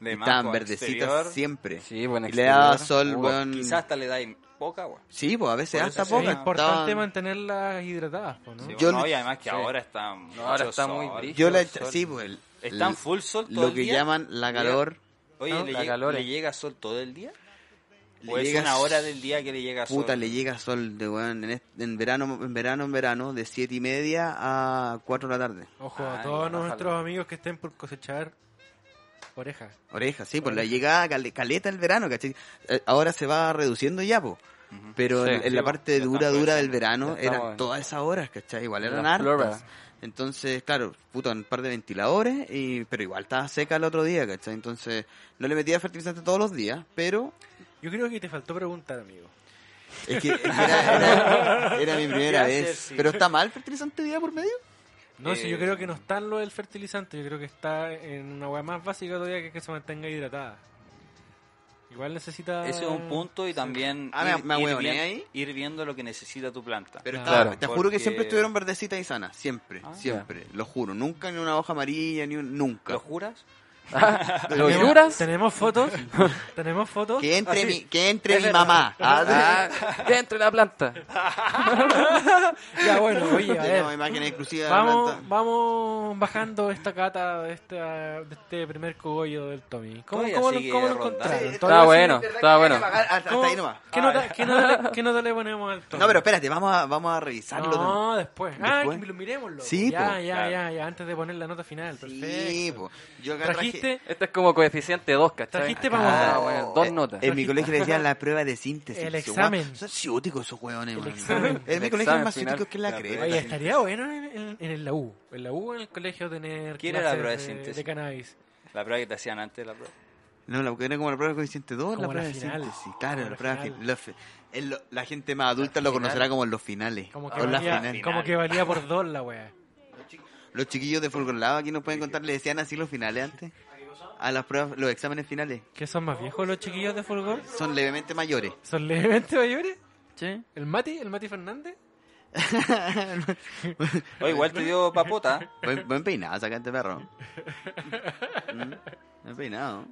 De Y mango Estaban al verdecitas exterior. siempre. Sí, bueno. y le daba exterior. sol, Uh, weón. Quizás hasta le da in- poca agua. Sí, pues a veces Por hasta eso se poca. Es veía- importante estaban- mantenerlas hidratadas, po, ¿no? Sí, Yo no, le- y además que ahora está. mucho ahora está muy sol. brillo. Yo la... sol. Sí, pues el- Están el- full sol todo Lo el que día. llaman la calor... Oye, ¿no? ¿le, La lleg- calor le es- llega sol todo el día? le ¿O es llega una hora del día que le llega sol? Puta, le llega sol de weón en, est- en verano, en verano, en verano, de siete y media a 4 de la tarde. Ojo, a Ay, todos bájale. nuestros amigos que estén por cosechar orejas. Oreja, sí, por la llegada cale- caleta el verano, ¿cachai? Eh, ahora se va reduciendo ya, po. Pero Sí, en, en sí, la po. parte Ya dura, estamos dura del en- verano ya estamos eran en- todas esas horas, ¿cachai? Igual en eran la flora. hartas. Entonces, claro, puta, un par de ventiladores, y, pero igual estaba seca el otro día, ¿cachai? Entonces, no le metía fertilizante todos los días, pero Yo creo que te faltó preguntar, amigo. es que, es que era, era- era mi primera hacer, vez. sí. Pero está mal fertilizante día por medio. No, si yo Eh, creo que no está en lo del fertilizante, yo creo que está en una hueá más básica todavía que es que se mantenga hidratada. Igual necesita... Ese es un punto y también Ah, me- me ahueoné vien- ahí. ir viendo lo que necesita tu planta. Pero Ah. estaba- Claro. te juro que siempre Porque- estuvieron verdecitas y sanas, siempre, Ah, siempre, lo juro, nunca ni una hoja amarilla, ni un, nunca. ¿Lo juras? ¿Lo ¿Tenemos- juras? ¿Tenemos fotos? ¿Tenemos fotos? Que entre Ah, sí. mi, que entre Es mi verdad. mamá. Ah, Ah, dentro de la planta. Ya, bueno, Ah, sí. oye, a ver. Tenemos imágenes exclusivas de la Vamos, planta. vamos bajando esta cata de, esta, de este primer cogollo del Tommy. ¿Cómo, Todavía cómo lo- sigue cómo lo rondando. encontraron? Sí, Está sí, bueno, es verdad está que bueno. hay que bajar hasta- ¿Cómo- hasta ahí nomás. ¿Qué, nota, qué, nota, qué nota le ponemos al Tommy? No, pero espérate, vamos a, vamos a revisarlo. también. No, después. Ah, Después. que lo miremoslo. Sí, ya, po. ya, Claro. ya, ya, antes de poner la nota final. Sí, Perfecto. po. Yo acá Trajiste, Este es como coeficiente 2, ¿cachai? Trajiste traje- para Ah, mostrar. bueno, dos en- notas. En mi colegio le decían la prueba de síntesis. El Esos examen. guan- Son ciúticos esos hueones, El man. examen. En El mi colegio examen es más final. ciútico que la La crema. prueba Oye, estaría bueno en, en, en la U. En la U, en el colegio, tener. ¿Quién era la clases prueba de de, síntesis? de cannabis. La prueba que te hacían antes de la prueba. No, la era como la prueba de coeficiente 2, la Como la prueba de final. síntesis. Claro, Como la la prueba final. fin- la fe- el lo- La gente más adulta lo conocerá como los finales. Como que, O la valía, final. como que valía por dos la wea. Los chiquillos de Fulgor Lava aquí nos pueden contar, le decían así los finales antes. A las pruebas, los exámenes finales. ¿Qué son más viejos los chiquillos de Fulgor? Son levemente mayores. ¿Son levemente mayores? ¿El Mati? ¿El Mati Fernández? Oye, igual te dio papota. ¿eh? buen, buen peinado, sacante perro. Mm, Buen peinado.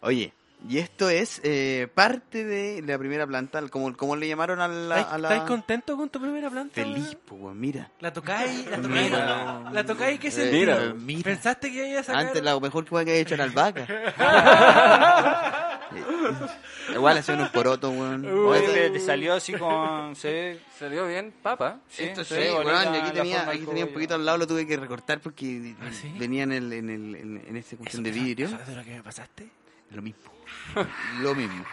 Oye, y esto es eh, parte de la primera planta, como, como le llamaron a la... ¿Estáis A estáis la... contento con tu primera planta? Feliz, wea? po, weón, mira. La tocáis, la tocáis. Mira. La tocáis, ¿qué Eh, sentido? mira. ¿Pensaste que iba a sacar? Antes lo mejor que había hecho era albahaca. Igual hacían un poroto, weón. O Oye, ese- te, te salió así con... Se ve... Se dio bien, papa. Sí, Esto sí, se ve weón, bonita y aquí la tenía, forma del aquí tenía un cogollo. poquito al lado, lo tuve que recortar porque ¿Ah, sí? venía en, el, en, el, en, en esta cuestión de vidrio. ¿Sabes de lo que me pasaste? Lo mismo. Lo mismo.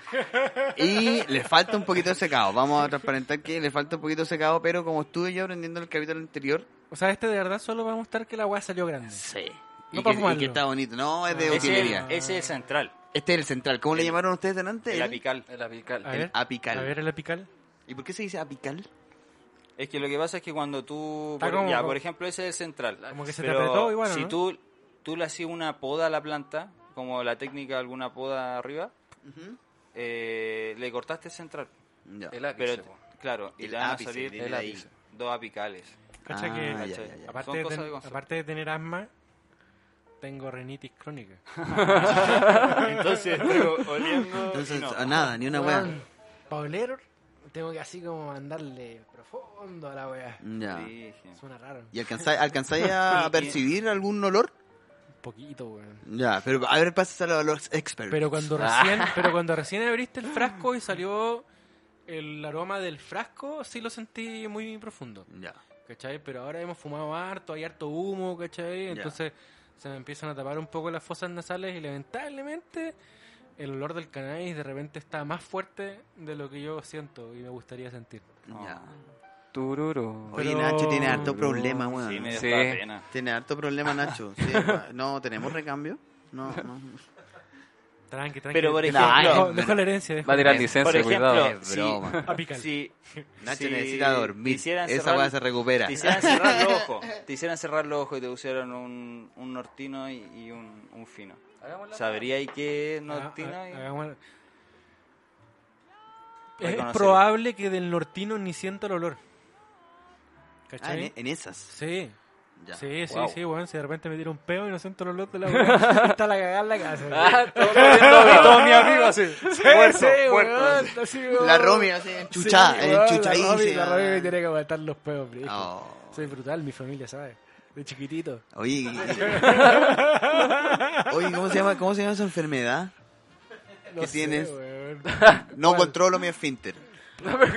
Y le falta un poquito de secado. Vamos a transparentar que le falta un poquito de secado, pero como estuve yo aprendiendo en el capítulo anterior, O sea, este de verdad solo va a mostrar que la weá salió grande. sí. Y, No para que, y fumarlo. que está bonito. No, es Ah. de Ese es utilería. el- ese es el central, Este es el central. ¿Cómo le llamaron ustedes delante? el El- apical. El apical. A ver, apical. A ver el apical. ¿Y por qué se dice apical? Es que lo que pasa es que cuando tú... Está por- como- ya, como- por ejemplo, ese es el central. Como que se te Pero apretó igual, ¿o Si no? tú, tú le hacías una poda a la planta, como la técnica alguna poda arriba, Ujú. eh, le cortaste el central. Ya. El ápice, Pero, po. claro, y El le van a ápice, salir viene de ahí. dos apicales. Cacha Ah, que- ya, ¿cachai? ya, ya. Aparte Son de, cosas ten- de concepto. aparte de tener asma, tengo renitis crónica. Entonces, estoy oliendo. Entonces, ah, y no. a nada, ni una Ah. wea. Weón, pa' oler, tengo que así como mandarle profundo a la wea. Ya. Dije. Suena raro. ¿Y alcanzáis, alcanzáis a Y- y- percibir algún olor? Un poquito, weón. Ya, pero a ver, pasas a los experts. Pero cuando recién, pero cuando recién abriste el frasco y salió el aroma del frasco, sí lo sentí muy profundo. Ya. ¿Cachai? Pero ahora hemos fumado harto, hay harto humo, ¿cachai? Ya. Entonces se me empiezan a tapar un poco las fosas nasales y lamentablemente el olor del cannabis de repente está más fuerte de lo que yo siento y me gustaría sentir. ya. Tururu. Oye, Pero- Nacho tiene harto problema, weón. Sí, me Ah. dio Sí. toda pena. Tiene harto problema, Nacho. Sí, weón. no, ¿tenemos recambio? No, no. Tranqui, tranqui. Pero, por Deja- ejemplo- dejo, dejo la herencia, dejo Va a tirar la herencia. Por licencia, cuidado. ejemplo, Es si- broma. Apical. si- Nacho si necesita dormir. quisieran Esa cerrar- weá se recupera. Te hicieran cerrar los ojos. Te hicieran cerrar los ojos y te pusieran un, un nortino y, y un, un fino. Hagámosla. ¿Sabría y qué es Ah, nortino? ah, y- hagamos- Es Reconocer. probable que del nortino ni sienta el olor. Ah, ¿Cachai? en, en esas. Sí. Ya. Sí, sí, Wow. sí, weón. Si de repente me tiro un peo y no siento el olor de la weón. Está la cagada en la casa. Todos mis amigos así. Muerto, Ah, muerto. La Romy eh, así, enchuchada, La Romy, enchuchadísima. la Romy me tiene que aguantar los peos, bro. Oh. Soy brutal, mi familia, ¿sabes? De chiquitito. Oye, y- oye, ¿cómo se llama, cómo se llama esa enfermedad? No ¿Qué sé, tienes? weón. No controlo mi esfínter. No, pues,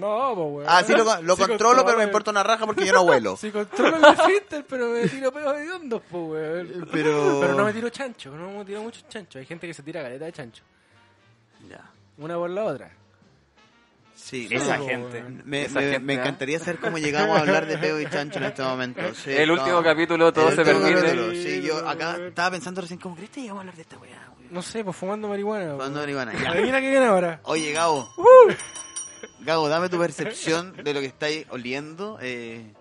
po, weón. Ah, sí lo, lo Sí controlo, pero controlo. me importa una raja porque yo no vuelo. Sí, controlo el filter, pero me tiro peos de hondos, po, weón. Pero. Pero no me tiro chancho, no me tiro mucho chancho. Hay gente que se tira galeta de chancho. Ya. Una por la otra. Sí, Esa no, gente. Me, Esa me- gente, me ¿eh? encantaría saber cómo llegamos a hablar de peo y chancho en este momento. Sí, El último capítulo, todo El se último permite. capítulo, Sí, yo acá estaba pensando recién, ¿cómo crees que este llegamos a hablar de esta weá? weón? No sé, pues fumando marihuana. weón. Cuando Nirvana, ya. Adivina qué viene ahora. Oye, Gabo. Gabo, dame tu percepción de lo que estáis oliendo, eh,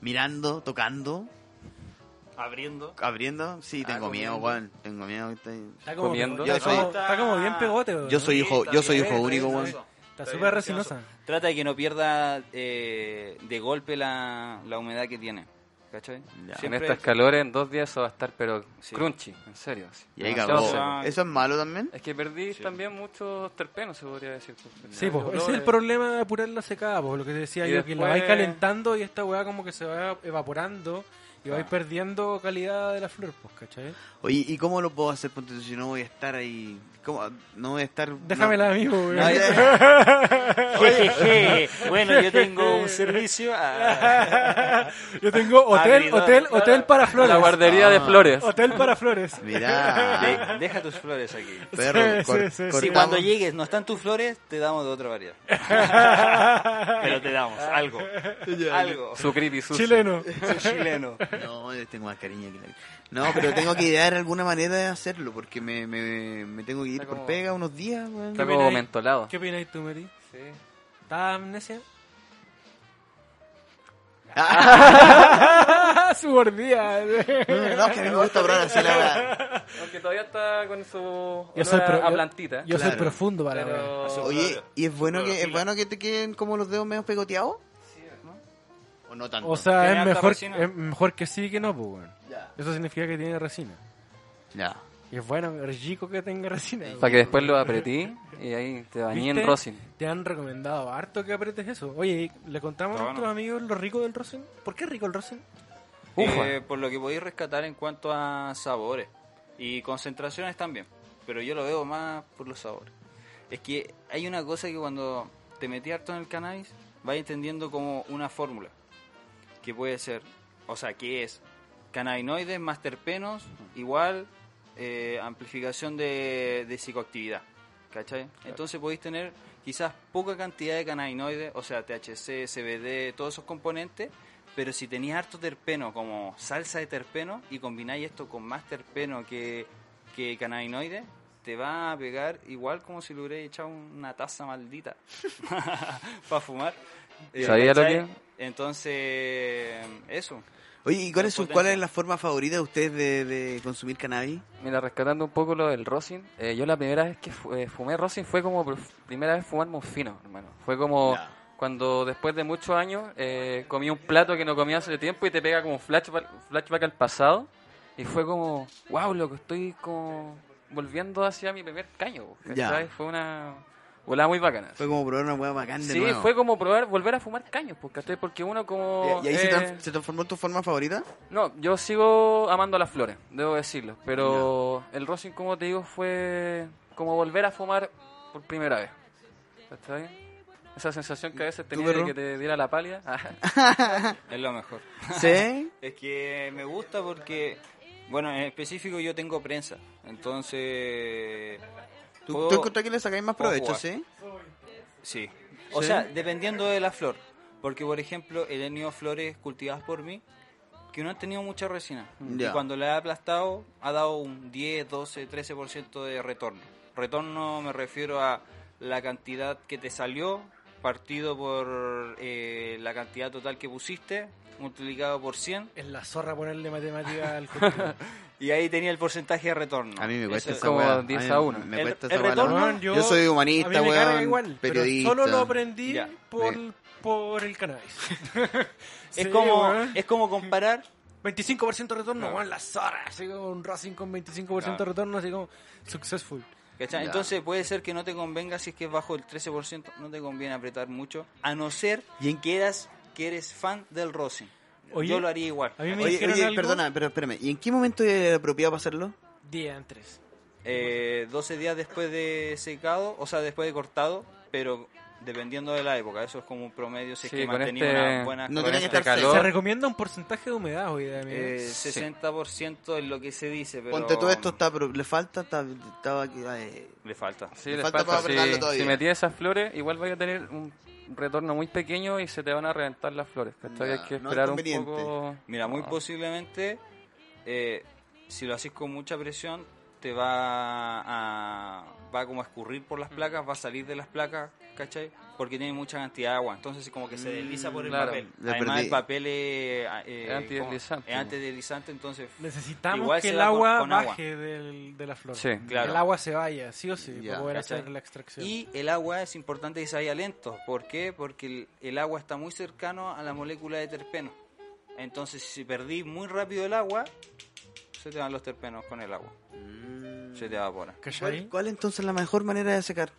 mirando, tocando, Abriendo. abriendo. Sí, Ah, tengo miedo, comiendo. Juan. Tengo miedo. estoy- Está como, Comiendo. Está, Yo soy- como, está como bien pegote, weón. Yo soy hijo, yo soy bien, hijo está único, bien, Juan. está bien. Está Está súper bien, resinosa. Trata de que no pierda eh, de golpe la, la humedad que tiene. ¿Cachai? Ya. En Siempre- estas calores, en dos días eso va a estar, pero Sí. crunchy, en serio. así. Y ahí Demasiado cagó. seco. Ah. ¿Eso es malo también? Es que perdí también muchos terpenos, se podría decir. Sí, pues, Olores. ese es el problema de apurar la secada, pues, lo que decía Y yo, que la después- vais calentando y esta weá como que se va evaporando y Ah. vais perdiendo calidad de la flor, pues, ¿cachai? Oye, ¿y cómo lo puedo hacer? Ponte tú, si no voy a estar ahí. ¿Cómo? No voy a estar. Déjamela no- a mí, po, weón. No, ya- Jejeje. Bueno, yo tengo un servicio. ah, Yo tengo hotel, Habilidad. hotel, hotel para La flores. guardería de Ah. flores. Hotel para flores. Mirá, de- deja tus flores aquí. perro. Sí, cor- sí, sí, cortamos. sí. Si cuando llegues no están tus flores, te damos de otra variedad. Pero te damos algo. Algo. Su creepy sushi. Chileno. chileno. No, yo tengo más cariño que la... No, pero tengo que idear alguna manera de hacerlo, porque me, me, me tengo que ir Está por como- pega unos días, weón. Está Mira como ahí. mentolado. ¿Qué opináis tú, Meti? Sí. ¿Estás amnesia? Ah, Su mordida. No, es que a mí me gusta probar así la weá. Aunque todavía está con su olor Yo soy a- pro- a yo- plantita. Yo soy Claro. profundo para la wea. pero... Oye, ¿y es bueno que es bueno que te queden como los dedos medio pegoteados? ¿O no tanto? O sea, Tiene es harta mejor, resina. es mejor que sí que no, pues, weón. Ya. Eso significa que tiene resina. Ya. Y es bueno, es rico que tenga resina. weón. Para que después lo apretí y ahí te bañé en ¿Viste? rosin. Te han recomendado harto que apretes eso. Oye, ¿y ¿le contamos Está a nuestros amigos lo rico del rosin? ¿Por qué es rico el rosin? Ufa. Eh, por lo que podéis rescatar en cuanto a sabores y concentraciones también. Pero yo lo veo más por los sabores. Es que hay una cosa que cuando te metí harto en el cannabis, vas entendiendo como una fórmula. Que puede ser, o sea, que es cannabinoides más terpenos igual eh, amplificación de, de psicoactividad. ¿Cachai? Entonces podéis tener quizás poca cantidad de cannabinoides, o sea, THC, CBD, todos esos componentes, pero si tenías harto terpeno como salsa de terpeno y combináis esto con más terpeno que, que cannabinoides, te va a pegar igual como si le hubiera echado una taza maldita para fumar. Eh, ¿Sabía lo ¿cachai? Entonces, eso. Oye, ¿y cuál es, su, potencia. cuál es la forma favorita de ustedes de, de consumir cannabis? Mira, rescatando un poco lo del rosin, eh, yo la primera vez que fu- eh, fumé rosin fue como por f- primera vez fumarme un fino, hermano. Fue como Ya. cuando después de muchos años eh, comí un plato que no comía hace tiempo y te pega como un flashback, flashback al pasado. Y fue como, wow, loco, estoy como volviendo hacia mi primer caño. Ya. ¿cachai? Fue una volada muy bacana. Fue como probar una hueá bacán de Sí, nuevo. fue como probar, volver a fumar caños, pues, ¿cachai? Porque uno como... ¿Y, y ahí se, eh, tran- se transformó en tu forma favorita? no, yo sigo amando las flores, debo decirlo. Pero el rosin, como te digo, fue como volver a fumar por primera vez. ¿Está bien? Esa sensación que a veces tenía de perro? que te diera la Ah, pálida. Es lo mejor. Sí. Es que me gusta porque, bueno, en específico yo tengo prensa, entonces... ¿Tú, puedo- tú encontrás que le sacáis más puedo provecho, jugar. sí? Sí. O ¿Sí? sea, dependiendo de la flor. Porque, por ejemplo, he tenido flores cultivadas por mí que no han tenido mucha resina. Ya. Y cuando la he aplastado, ha dado un 10, 12, 13% de retorno. Retorno me refiero a la cantidad que te salió partido por eh, la cantidad total que pusiste, multiplicado por 100, Es la zorra ponerle matemática al cultivo. y ahí tenía el porcentaje de retorno. A mí me cuesta Eso- esa como hueá. 10 mí a uno. Me El- cuesta el esa hueá. la retorno- verdad. Weón, Yo- Yo soy a mí humanista, me carga weón. igual, periodista. pero solo lo aprendí Ya. por, Me- por el cannabis. Es, Sí, como, weón. es como comparar 25% retorno, Claro. weón, la zorra. Así como un Racing con 25% Claro. retorno, así como successful. ¿Cachai? Ya. Entonces puede ser que no te convenga si es que es bajo el 13%, no te conviene apretar mucho, a no ser ¿Y en que eras, que eres fan del rosin. Oye, Yo lo haría igual. a mí me- Oye, dijeron oye, algo? perdona, pero espérame. ¿Y en qué momento es apropiado para hacerlo? Día antes. Eh, 12 días después de secado, o sea, después de cortado, pero dependiendo de la época, eso es como un promedio, si Sí, es que con mantenía este- una buena... No Con tenía que este estar seco. Se calor. recomienda un porcentaje de humedad hoy día, amigo. eh, Sí. 60% es lo que se dice, pero... Ponte todo esto, está, pro- le falta, está, estaba aquí, eh, Le falta. Sí, Me les falta para pasa, apretarlo si, todavía. si metí esas flores, igual vaya a tener un retorno muy pequeño y se te van a reventar las flores. ¿cachai? Ya, Hay que no es esperar un conveniente. poco. Mira, muy No. posiblemente, eh, si lo haces con mucha presión, te va a, va como a escurrir por Mm. las placas, va a salir de las placas, ¿cachai? Porque tiene mucha cantidad de agua. Entonces, como que se desliza por el Mm, claro. papel. Le Además, perdí. el papel es, eh, Es antideslizante. es antideslizante, entonces. Necesitamos Igual que se el da con- agua con agua. baje del- de la flor. Sí. Claro. El agua se vaya, sí o sí, Ya, para poder ¿cachai? hacer la extracción. Y el agua es importante que se vaya lento. ¿Por qué? Porque el, el agua está muy cercano a la molécula de terpeno. Entonces, si perdí muy rápido el agua, se te van los terpenos con el agua. Se Mm. te evapora. ¿Cachai? ¿Cuál, cuál entonces es la mejor manera de secar?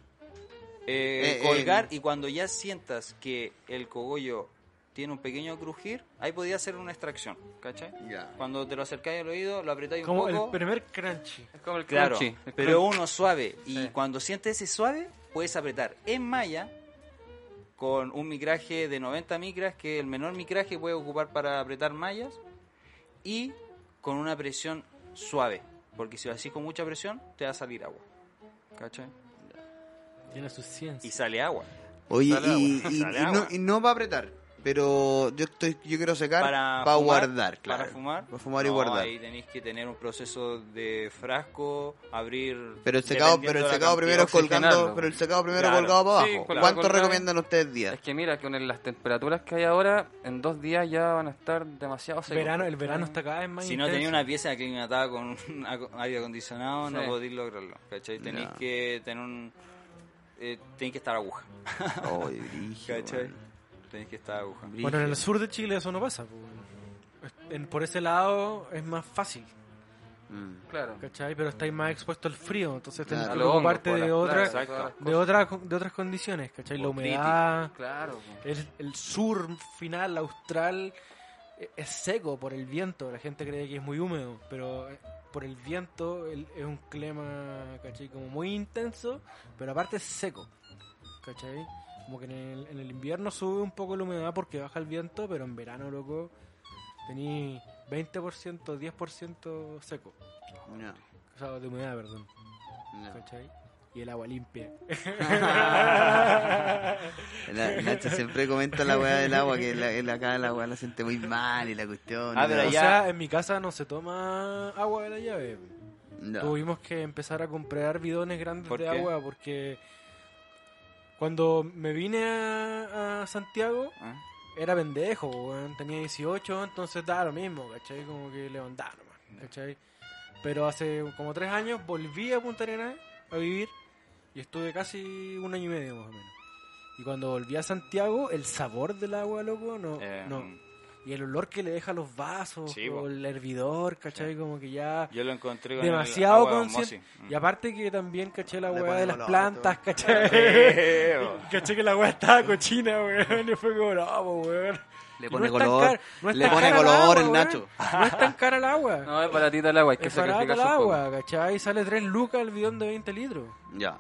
Eh, Eh, colgar eh. y cuando ya sientas que el cogollo tiene un pequeño crujir, ahí podía hacer una extracción, ¿cachai? Ya. Cuando te lo acercáis al oído, lo apretáis un Como el poco. primer crunchy. Es como el claro, crunchy, el pero crunch. uno suave. Y Sí. cuando sientes ese suave, puedes apretar en malla con un micraje de 90 micras, que es el menor micraje que puedes ocupar para apretar mallas, y con una presión suave. Porque si lo haces con mucha presión, te va a salir agua. ¿Cachai? Tiene su ciencia. Y sale agua. Oye, Sale y, agua. y- Sale y no, agua. y no va a apretar, pero yo estoy, yo quiero secar para, para, fumar, guardar, claro. Para fumar. Para fumar y No, guardar. Ahí tenéis que tener un proceso de frasco, abrir. Pero el secado, dependiendo pero el de la secado cantidad. primero colgando, oxigenarlo. pero el secado primero Claro. colgado para Sí, abajo. colgado, ¿Cuánto colgado. recomiendan ustedes días? Es que mira, con el- las temperaturas que hay ahora, en dos días ya van a estar demasiado secos. Verano, el verano está cada vez más Si no intenso. tenéis una pieza aclimatada con un aco- aire acondicionado, no Sí. podéis lograrlo. ¿Cachai? Tenéis No. que tener un. Eh, tenéis que estar aguja. Oye, brígido, ¿Cachai? weón. Tenéis que estar aguja. Bueno, en el sur de Chile eso no pasa. pues. En- por ese lado es más fácil, Mm. Claro. ¿cachai? Pero estáis más expuesto al frío, entonces Claro. tenéis A que los hongos, preocuparte por de, las otra, plagas, Exacto. todas las de, cosas. otra, de otras condiciones, ¿cachai? La Botrytis. humedad, Claro. po. el, el sur final austral eh, es seco por el viento. La gente cree que es muy húmedo, pero eh, por el viento el- es un clima, ¿cachai? Como muy intenso, pero aparte es seco, ¿cachai? Como que en el, en el invierno sube un poco la humedad porque baja el viento, pero en verano, loco, tení 20%, 10% seco. No, O sea, de humedad, perdón, no. ¿cachai? Y el agua limpia. La- Nacho siempre comenta la weá del agua, que la, el- acá la weá la siente muy mal y la cuestión. Ah, y pero todo. o allá- sea, en mi casa no se toma agua de la llave. No. Tuvimos que empezar a comprar bidones grandes ¿Por de qué? agua porque cuando me vine a, a Santiago ¿Ah? era pendejo, weón. Tenía 18, entonces daba lo mismo, ¿cachai? Como que levantaba nomás, ¿cachai? Pero hace como tres años volví a Punta Arenas a vivir y estuve casi un año y medio más o menos. Y cuando volví a Santiago, el sabor del agua, loco, no, Eh, no. Y el olor que le deja a los vasos, Sí, o po. el hervidor, ¿cachai? Como que ya... Yo lo encontré con Mm. el demasiado agua de consciente. osmosis. Y aparte que también caché la weá Le de ponemos las los plantas, caché. Sí, bo. caché que la weá estaba cochina, weón. Y fue como, no, po, weón. Le Y pone es tan color, car- no es le tan pone cara el color agua, el weón. Nacho. No es tan cara el agua. No, es baratita el agua, hay que es barato sacrificar el sus agua, pocos. ¿cachai? Sale 3 lucas el bidón de 20 litros, Ya.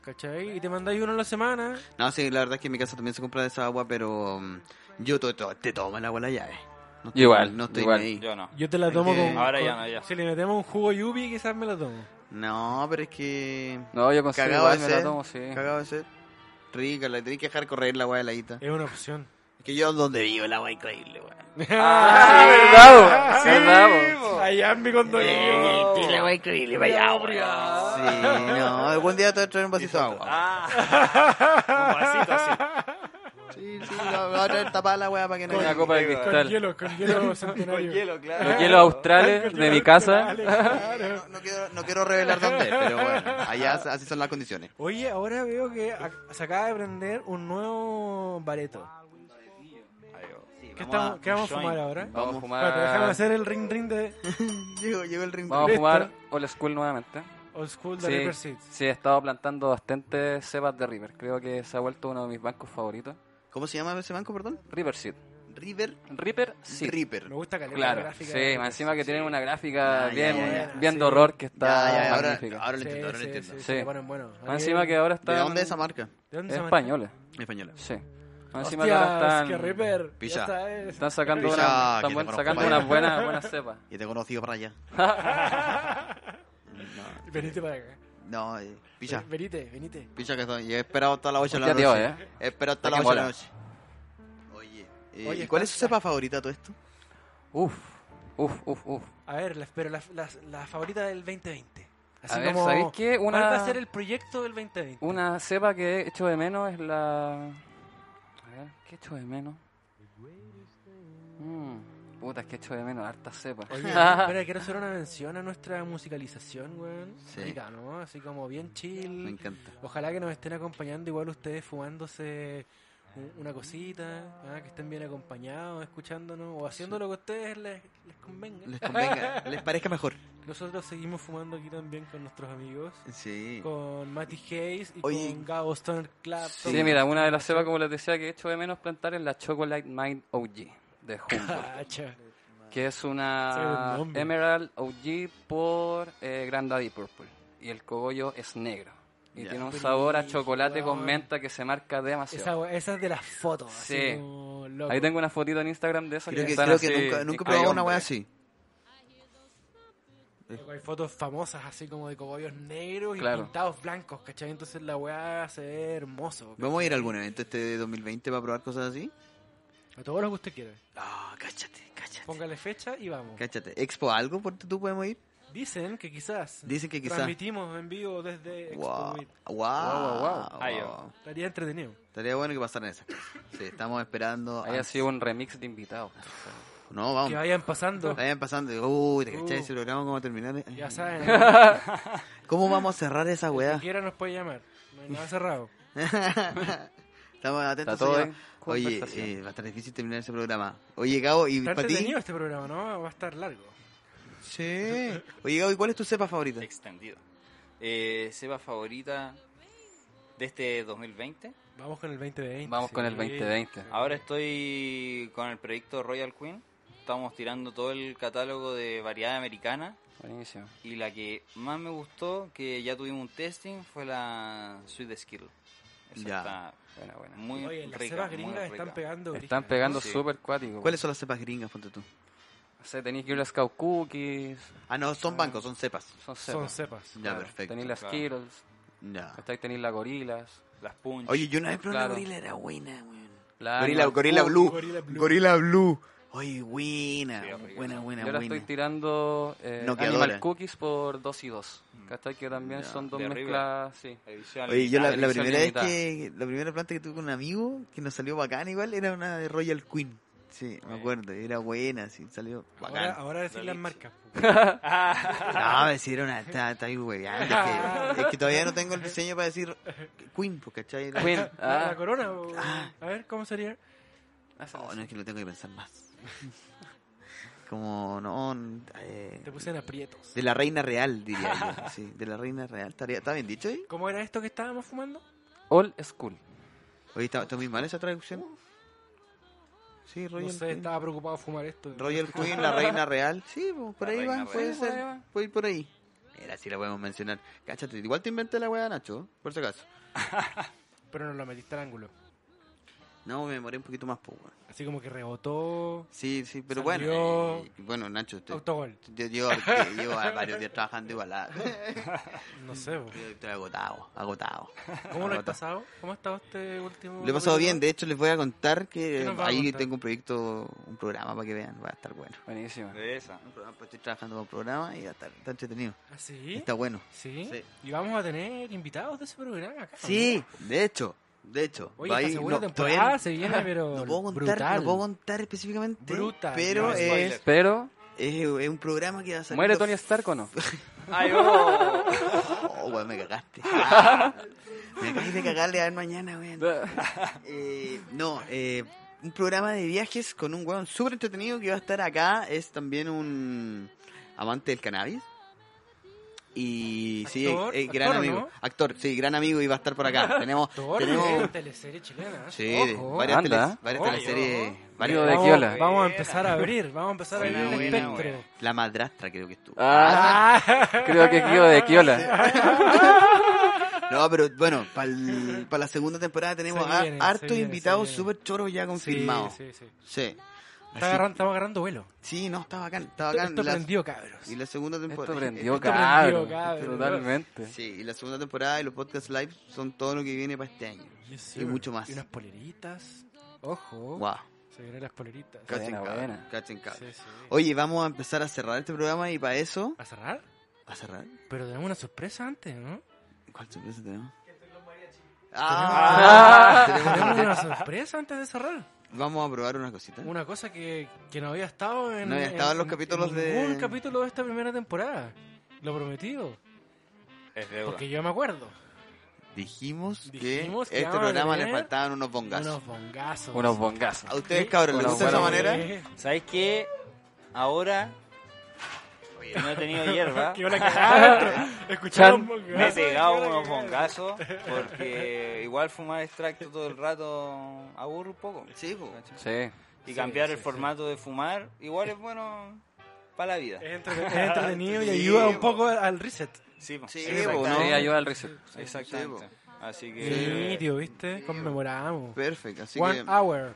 ¿cachai? Y te mandáis uno a la semana. No, sí, la verdad es que en mi casa también se compra de esa agua, pero mm, yo to- to- te tomo el agua a la llave. No estoy, Igual, no estoy igual. ahí. Yo no. Yo te la tomo que- con... Ahora ya con- no, ya. Si le metemos un jugo yubi, quizás me la tomo. No, pero es que... No, yo consigo Cagado de Ah, igual, me la sed. tomo, sí. Cagado de sed. Rica, la tenés que dejar correr la agua de la guita. Es una opción. Es que yo donde vivo el agua increíble, weón. Ah, verdad, bo. verdad, bo. Allá en mi condominio. increíble, vaya agua. Sí, no, algún día te voy a traer un vasito de agua. Ah. Ah, Un vasito así. Sí, sí, lo, lo voy a traer tapada la weá para que no Una copa de Con cristal. hielo, con hielo centenario. claro. Los hielos australes de mi casa. No, no quiero, no quiero revelar dónde es, pero bueno, allá así son las condiciones. Oye, ahora veo que a- se acaba de prender un nuevo bareto. ¿Qué, estamos, qué vamos a fumar ahora? Vamos a Espérate, déjame fumar. hacer el ring ring de Llegó, llegó el ring. Vamos a Listo. fumar Old School nuevamente. Old School de Sí, River Seeds. sí, he estado plantando bastantes cepas de River. Creo que se ha vuelto uno de mis bancos favoritos. ¿Cómo se llama ese banco, perdón? River Seed. River River Seed. Reaper. Me gusta caleta la Claro, gráfica. sí, más encima que tienen una gráfica Ah, Ya, ya, bien, ya, ya. bien Sí. de horror que está Ya, ya, ahora, magnífica. ahora lo Sí, entiendo, ahora lo sí, entiendo. sí, Sí. se ponen buenos. Más encima que ahora está. ¿De dónde es esa marca? ¿De dónde Es se llama? española, Española. sí. Más encima que ahora Hostias, están. que River. ya eh. Pilla. sabes. Están sacando, Pilla, una- que están te buen- conozco, sacando vaya. unas buenas, buenas cepas. Y te he conocido para allá. Venite para acá. No, eh, pilla. Venite, venite. Pilla que estoy. He esperado hasta las 8 de la Ya noche. te voy, eh. He esperado hasta Ya las que 8 de la noche. Oye. eh, Oye, ¿Y cuál es su cepa favorita de todo esto? Uf, uf, uf, uf. A ver, la- pero la, la, la favorita del 2020. Así A ver, como, ¿sabéis qué? ¿Cuál va a Una, ser el proyecto del 2020? una cepa que he hecho de menos es la. A ver, ¿qué he hecho de menos? Mm, puta, es que he hecho de menos harta cepa. Oye, espera, quiero hacer una mención a nuestra musicalización, weón. Sí. Rica, ¿no? Así como bien Me chill. encanta. Ojalá que nos estén acompañando igual ustedes fumándose un- una cosita, ah, que estén bien acompañados, escuchándonos o haciendo lo que a ustedes les, les convenga. Les convenga, les parezca mejor. Nosotros seguimos fumando aquí también con nuestros amigos, Sí. con Matty Hayes y Oye. con Gabo Stone Clapton. Sí, mira, una de las cepas, como les decía, que he hecho de menos plantar es la Chocolate Mind OG de Humboldt, Cacha. Ah. que es Sabe una el nombre. Emerald OG por eh, Grand Daddy Purple. Y el cogollo es negro. Y Ya. tiene un sabor a chocolate con Weón. menta que se marca demasiado. Esa, esa es de las fotos. así Sí. como loco. Ahí tengo una fotito en Instagram de esa Creo que, están creo que así, nunca, nunca he hay probado una hombre. wea así. Hay fotos famosas así como de cogollos negros y Claro. pintados blancos, ¿cachai? Entonces la weá se ve hermoso. ¿cachai? ¿Vamos a ir a algún evento este 2020 para probar cosas así? A todos los que usted quiera. Ah, cáchate, cáchate. Póngale fecha y vamos. Cáchate. ¿Expo algo? ¿Por tú podemos ir? Dicen que quizás. Dicen que quizás. Transmitimos en vivo desde Expo Wow. Meet. Wow. wow, wow. Ay, wow. Estaría entretenido. Estaría bueno que pasaran esas cosas. Sí, estamos esperando. Ahí a- ha sido un remix de invitados. No, Que vamos. vayan pasando. Vayan pasando. Uy, te cachai Uh. ese programa, ¿cómo va a terminar? eh. Ya saben. ¿no? ¿Cómo vamos a cerrar esa Quien weá? quiera nos puede llamar. No hay nada cerrado. Estamos atentos. Está todo señor. en Oye, conversación. eh, va a estar difícil terminar ese programa. Oye, Gabo, ¿y Está para ti? entretenido este programa, ¿no? Va a estar largo. Sí. Oye, Gabo, ¿y cuál es tu cepa favorita? Extendido. Eh, Seba favorita de este 2020. Vamos con el 2020. Vamos con el Ah, sí. 2020. Ahora estoy con el proyecto Royal Queen. Estamos tirando todo el catálogo de variedad americana. Buenísimo. Y la que más me gustó, que ya tuvimos un testing, fue la Sweet Skill. Esa Ya. está Buena, buena. muy Oye, las rica, cepas muy gringas rica. están pegando. ¿eh? Están brígido. pegando Sí. súper cuáticos. ¿Cuáles son las cepas gringas, ponte tú? O sea, tenéis Girl Scout Cookies, Ah, no, son bancos, son cepas. son Son cepas. cepas. Ya, Claro, perfecto. Tenéis las Claro. Skittles, Ya. estáis tenéis las Gorilas. Las Punch. Oye, yo una vez probé una Claro. gorila, era buena, weón. la Gorila, Animal gorila Uh, blue. Gorilla Blue. Gorila blue. Oye, buena, Sí, horrible. buena, buena, Yo ahora buena. estoy tirando eh, Noqueadora. Animal Cookies por 2 y 2. ¿Cachai? Que también Ya, son dos Mm. de arriba. mezclas. Sí. Edición Oye, yo la, la limitada. edición primera vez limitada. que la primera planta que tuve con un amigo que nos salió bacán igual era una de Royal Queen. Sí, me Buena. acuerdo, era buena, sí, salió Ahora, bacán. ahora decir La las leche. marcas. Ah. No, me hicieron una está, está ahí hueveando, Es que, es que todavía no tengo el diseño para decir Queen, pues, ¿cachai? Era- Queen. La- La Ah, corona. o- Ah. A ver, ¿cómo sería? esa No, es no es que lo tengo que pensar más. Como, no, eh, Te puse en aprietos. de la reina real, diría yo. Sí, de la reina real. ¿Estaría- ¿Está bien dicho ahí? ¿Cómo era esto que estábamos fumando? Old School. Oye, ¿está, está muy mal esa traducción? Sí, Royal No sé, Queen. estaba preocupado de fumar esto. Royal Queen, la reina real. Sí, po, por La ahí reina va, puede real. Sí, por ser. ahí va. Puede ir por ahí. Mira, si la podemos mencionar. Cáchate, igual te inventé la weá, Nacho, por si acaso. Pero no lo metiste al ángulo. No, me demoré un poquito más, po, weón. Así como que rebotó. Sí, sí, pero Salió- bueno. eh, bueno, Nacho, te- Autogol. yo llevo, que llevo varios días trabajando igual. ah. No sé. bo. Estoy agotado, agotado. ¿Cómo lo has Agotado. pasado? ¿Cómo ha estado este último? Lo he capítulo? pasado bien, de hecho les voy a contar que ¿Qué nos va a ahí contar? tengo un proyecto, un programa para que vean, va a estar bueno. Buenísima. De esa. Un programa, pues, estoy trabajando con un programa y va a estar, está entretenido, ¿Ah, sí? está bueno. sí? Sí. Y vamos a tener invitados de ese programa acá. ¿no? Sí, de hecho, de hecho. Oye, va esta ahí- segunda no, todavía temporada se viene, pero. no puedo contar, Ah, brutal. no puedo contar específicamente. Brutal, Pero no, es, spoiler. Pero, es, es un programa que va a salir. ¿muere los- Tony Stark o no? Ay, oh. Oh, weón, me cagaste. me acabas de cagarle a ver mañana, weón. Eh, no, eh, un programa de viajes con un weón súper entretenido que va a estar acá. Es también un amante del cannabis. Y sí, Actor, eh, gran actor, ¿o amigo. no? Actor, sí, gran amigo y va a estar por acá. Tenemos, Actor de tenemos teleserie chilena. ¿eh? sí, de Ojo. varias, anda, teles- ¿eh? varias Ojo. teleseries. varias- Río de Vamos, Quiola. vamos a empezar a abrir, vamos a empezar Buena, a abrir el buena, espectro. buena. La madrastra creo que estuvo. Ah, creo que Kio de Kiola. No, pero bueno, para la segunda temporada tenemos Se a- viene, se hartos viene, se invitados viene. súper choros ya confirmados. Sí. Sí, sí, sí. Así- Está agarrando, estamos agarrando vuelo. sí, no, está bacán. Está Esto, bacán. esto La- prendió, cabros. y la segunda temporada. Esto prendió Esto cabro. prendió, cabro. Totalmente. Sí, y la segunda temporada y los podcast live son todo lo que viene para este año. Yes, y sir. mucho más. Y unas poleritas. Ojo. Wow. Se vienen las poleritas. Cachen Buena, cabros, buena. cachen cabros. Oh. Sí, sí. Oye, vamos a empezar a cerrar este programa y para eso. ¿A cerrar? ¿A cerrar? Pero tenemos una sorpresa antes, ¿no? ¿Cuál sorpresa tenemos? Ah. Ah, tenemos Tenemos una- una sorpresa antes de cerrar. Vamos a probar una cosita. Una cosa que, que no había estado en. No había estado en los capítulos de- ningún capítulo de esta primera temporada. Lo prometido. Es deuda. Porque yo me acuerdo. Dijimos que Dijimos que este vamos a programa le tener faltaban unos bongazos. Unos bongazos. Unos bongazos. ¿A ustedes, cabros, les Unos gusta esa buenos- manera? ¿Sabes qué? Ahora que no he tenido hierba. Que hola que Escucharon Chan. bongazos, Me he pegado que hola unos que- bongazos porque igual fumar extracto todo el rato aburre un poco. Sí, po. ¿cachai? Sí. Y Sí, cambiar el sí, Eh, formato de fumar igual es bueno para la vida. Es entrete- es entretenido y Sí, ayuda un bo. poco al- al reset. Sí, po. Sí, Exactamente. po, Sí, ¿no? ayuda al reset. Sí. Exactamente. Sí, Así que Sí, tío, ¿viste? Conmemoramos. Perfecto, así One que... hour.